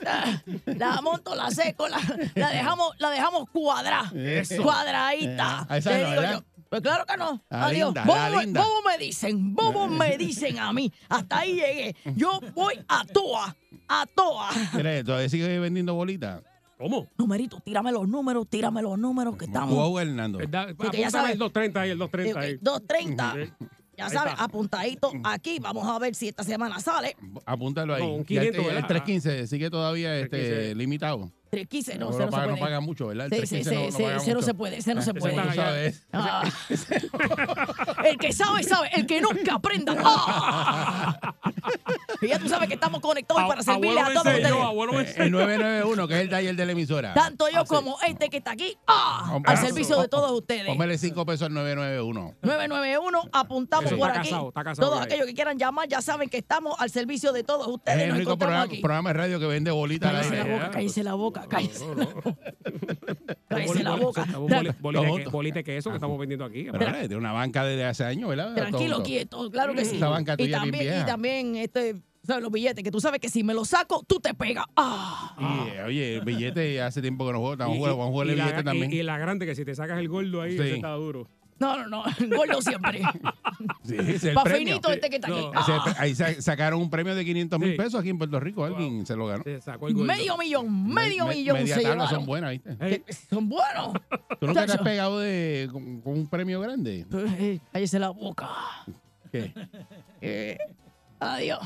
[SPEAKER 13] Ah, La monto, la seco, la, la dejamos, la dejamos cuadrada.
[SPEAKER 3] Eso.
[SPEAKER 13] Cuadradita.
[SPEAKER 3] Eh, esa
[SPEAKER 13] Te
[SPEAKER 3] no,
[SPEAKER 13] digo
[SPEAKER 3] ¿verdad?
[SPEAKER 13] yo, Pues claro que no.
[SPEAKER 3] La
[SPEAKER 13] Adiós.
[SPEAKER 3] linda,
[SPEAKER 13] bobo,
[SPEAKER 3] la
[SPEAKER 13] me-
[SPEAKER 3] linda. Eh.
[SPEAKER 13] bobo me dicen, bobo me dicen a mí. Hasta ahí llegué. Yo voy a toa, a toa.
[SPEAKER 3] Mira, todavía sigue vendiendo bolitas.
[SPEAKER 5] ¿Cómo?
[SPEAKER 13] Numerito, tírame los números, tírame los números que estamos.
[SPEAKER 3] Guau, Hernando.
[SPEAKER 5] Da-
[SPEAKER 13] Porque ya
[SPEAKER 5] apúntame
[SPEAKER 13] sabes-
[SPEAKER 5] el 230 ahí, el
[SPEAKER 13] Eh,
[SPEAKER 5] 230 ahí.
[SPEAKER 13] eh, 230. Ya
[SPEAKER 3] Ahí
[SPEAKER 13] sabes,
[SPEAKER 3] está.
[SPEAKER 13] apuntadito aquí. Vamos a ver si esta semana sale.
[SPEAKER 3] Apúntalo ahí.
[SPEAKER 5] No, un
[SPEAKER 3] Y el-
[SPEAKER 5] 500,
[SPEAKER 3] el,
[SPEAKER 5] ¿verdad?
[SPEAKER 3] 315 sigue todavía este,
[SPEAKER 5] 315.
[SPEAKER 3] limitado.
[SPEAKER 13] 315, no,
[SPEAKER 3] Pero
[SPEAKER 13] se no se
[SPEAKER 3] paga-
[SPEAKER 13] puede.
[SPEAKER 3] paga mucho, ¿verdad? El
[SPEAKER 13] Sí, sí,
[SPEAKER 3] 315
[SPEAKER 13] sí, sí,
[SPEAKER 3] paga
[SPEAKER 13] ese no
[SPEAKER 3] mucho.
[SPEAKER 13] se puede, ese no se
[SPEAKER 3] Ese
[SPEAKER 13] puede.
[SPEAKER 3] tú sabes.
[SPEAKER 13] Ah. El que sabe, sabe. El que nunca aprenda. ¡Ah! Y ya tú sabes que estamos conectados para servirle a todos ustedes.
[SPEAKER 3] El 991, que es el taller de la emisora.
[SPEAKER 13] Tanto yo como este que está aquí. ¡ah!
[SPEAKER 3] Hombre,
[SPEAKER 13] Al servicio de todos ustedes.
[SPEAKER 3] Póngale 5 pesos al 991.
[SPEAKER 13] 991, apuntamos
[SPEAKER 3] Sí.
[SPEAKER 13] por
[SPEAKER 3] Está
[SPEAKER 13] aquí.
[SPEAKER 3] casado, está casado
[SPEAKER 13] todos
[SPEAKER 3] ya.
[SPEAKER 13] aquellos que quieran llamar ya saben que estamos al servicio de todos
[SPEAKER 3] Es
[SPEAKER 13] ustedes.
[SPEAKER 3] el
[SPEAKER 13] Nos
[SPEAKER 3] único
[SPEAKER 13] encontramos
[SPEAKER 3] programa,
[SPEAKER 13] aquí.
[SPEAKER 3] programa de radio que vende bolitas al
[SPEAKER 13] Cállese la
[SPEAKER 3] aire.
[SPEAKER 13] boca, cállese la boca, cállese. Cállese la boca.
[SPEAKER 5] Bolita bolita que eso que estamos vendiendo aquí.
[SPEAKER 3] Ah, Pero, ¿verdad? de una banca desde hace años, ¿verdad?
[SPEAKER 13] Tranquilo,
[SPEAKER 3] Todo- Mm.
[SPEAKER 13] quieto, claro que sí.
[SPEAKER 3] Esa banca
[SPEAKER 13] y
[SPEAKER 3] tuya es bien
[SPEAKER 13] también,
[SPEAKER 3] vieja.
[SPEAKER 13] y también este, ¿sabes? los billetes, que tú sabes que si me los saco, tú te pegas. ¡Ah!
[SPEAKER 3] Y, eh, oye, el billete hace tiempo que no juego, estamos
[SPEAKER 5] Y-
[SPEAKER 3] jugando, vamos a jugar
[SPEAKER 5] y
[SPEAKER 3] el
[SPEAKER 5] la-
[SPEAKER 3] billete
[SPEAKER 5] y-
[SPEAKER 3] también.
[SPEAKER 5] Y la grande que si te sacas el gordo ahí,
[SPEAKER 3] Sí.
[SPEAKER 5] ese está duro.
[SPEAKER 13] No, no, no, gordo siempre.
[SPEAKER 3] Sí, ese es el
[SPEAKER 13] Pa'
[SPEAKER 3] premio.
[SPEAKER 13] finito este que está aquí.
[SPEAKER 5] No.
[SPEAKER 13] ¡Ah!
[SPEAKER 3] Ese- ahí sa- sacaron un premio de 500 mil
[SPEAKER 5] Sí.
[SPEAKER 3] pesos aquí en Puerto Rico, alguien se lo ganó.
[SPEAKER 5] Se sacó el gordo.
[SPEAKER 13] Medio millón, medio
[SPEAKER 3] Me- me-
[SPEAKER 13] millón
[SPEAKER 3] media
[SPEAKER 13] se
[SPEAKER 3] tabla
[SPEAKER 13] llevaron. Eh,
[SPEAKER 3] son buenas, ¿viste?
[SPEAKER 5] Ey,
[SPEAKER 13] Son buenos.
[SPEAKER 3] ¿Tú nunca te has
[SPEAKER 13] Chacho.
[SPEAKER 3] pegado de, con, con un premio grande?
[SPEAKER 13] Eh, Cállese la boca.
[SPEAKER 3] ¿Qué?
[SPEAKER 13] Eh, adiós.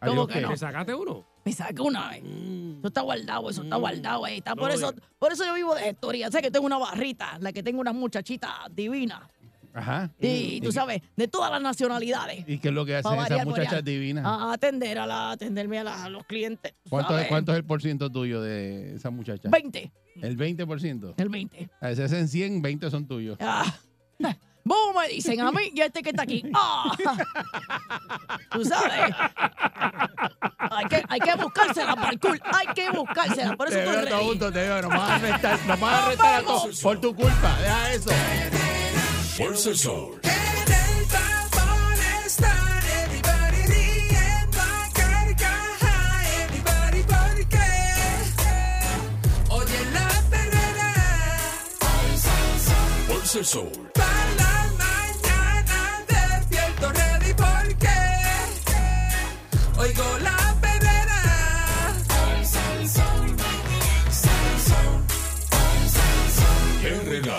[SPEAKER 3] Adiós,
[SPEAKER 13] ¿Cómo que
[SPEAKER 3] ¿qué?
[SPEAKER 13] no?
[SPEAKER 5] ¿Te sacaste uno?
[SPEAKER 13] Me saca una vez.
[SPEAKER 3] Mm.
[SPEAKER 13] Eso está guardado, eso está guardado ahí. Está. Por,
[SPEAKER 5] No,
[SPEAKER 13] eso,
[SPEAKER 5] diga.
[SPEAKER 13] por eso yo vivo de gestoría. Sé que tengo una barrita, la que tengo una muchachita divina.
[SPEAKER 3] Ajá.
[SPEAKER 13] Y tú sabes, de todas las nacionalidades.
[SPEAKER 3] ¿Y qué es lo que hacen
[SPEAKER 13] Pa'
[SPEAKER 3] esas
[SPEAKER 13] variar,
[SPEAKER 3] muchachas
[SPEAKER 13] variar.
[SPEAKER 3] divinas?
[SPEAKER 13] A atender a la, atenderme a, la- a los clientes. tú
[SPEAKER 3] ¿Cuánto,
[SPEAKER 13] sabes.
[SPEAKER 3] cuánto es el por ciento tuyo de esas muchachas?
[SPEAKER 13] 20.
[SPEAKER 3] El 20%.
[SPEAKER 13] El 20.
[SPEAKER 3] A veces en 100, 20 son tuyos.
[SPEAKER 13] Ah. Vos me dicen a mí y a este que está aquí. Ah. Tú sabes. Hay que, hay que buscársela, parkour. Hay que buscársela. Por eso
[SPEAKER 3] Te
[SPEAKER 13] estoy
[SPEAKER 3] veo todo
[SPEAKER 13] ready.
[SPEAKER 3] junto, te veo. Nos vas a arrestar, nos vas a arrestar a todos. Por tu culpa, deja eso.
[SPEAKER 1] Fuerza el sol.
[SPEAKER 11] En el tapón están everybody riendo a carcaja, everybody porque oye la perrera
[SPEAKER 1] Fuerza el sol.
[SPEAKER 11] para la mañana despierto ready porque oigo la perrera
[SPEAKER 1] Qué regalo.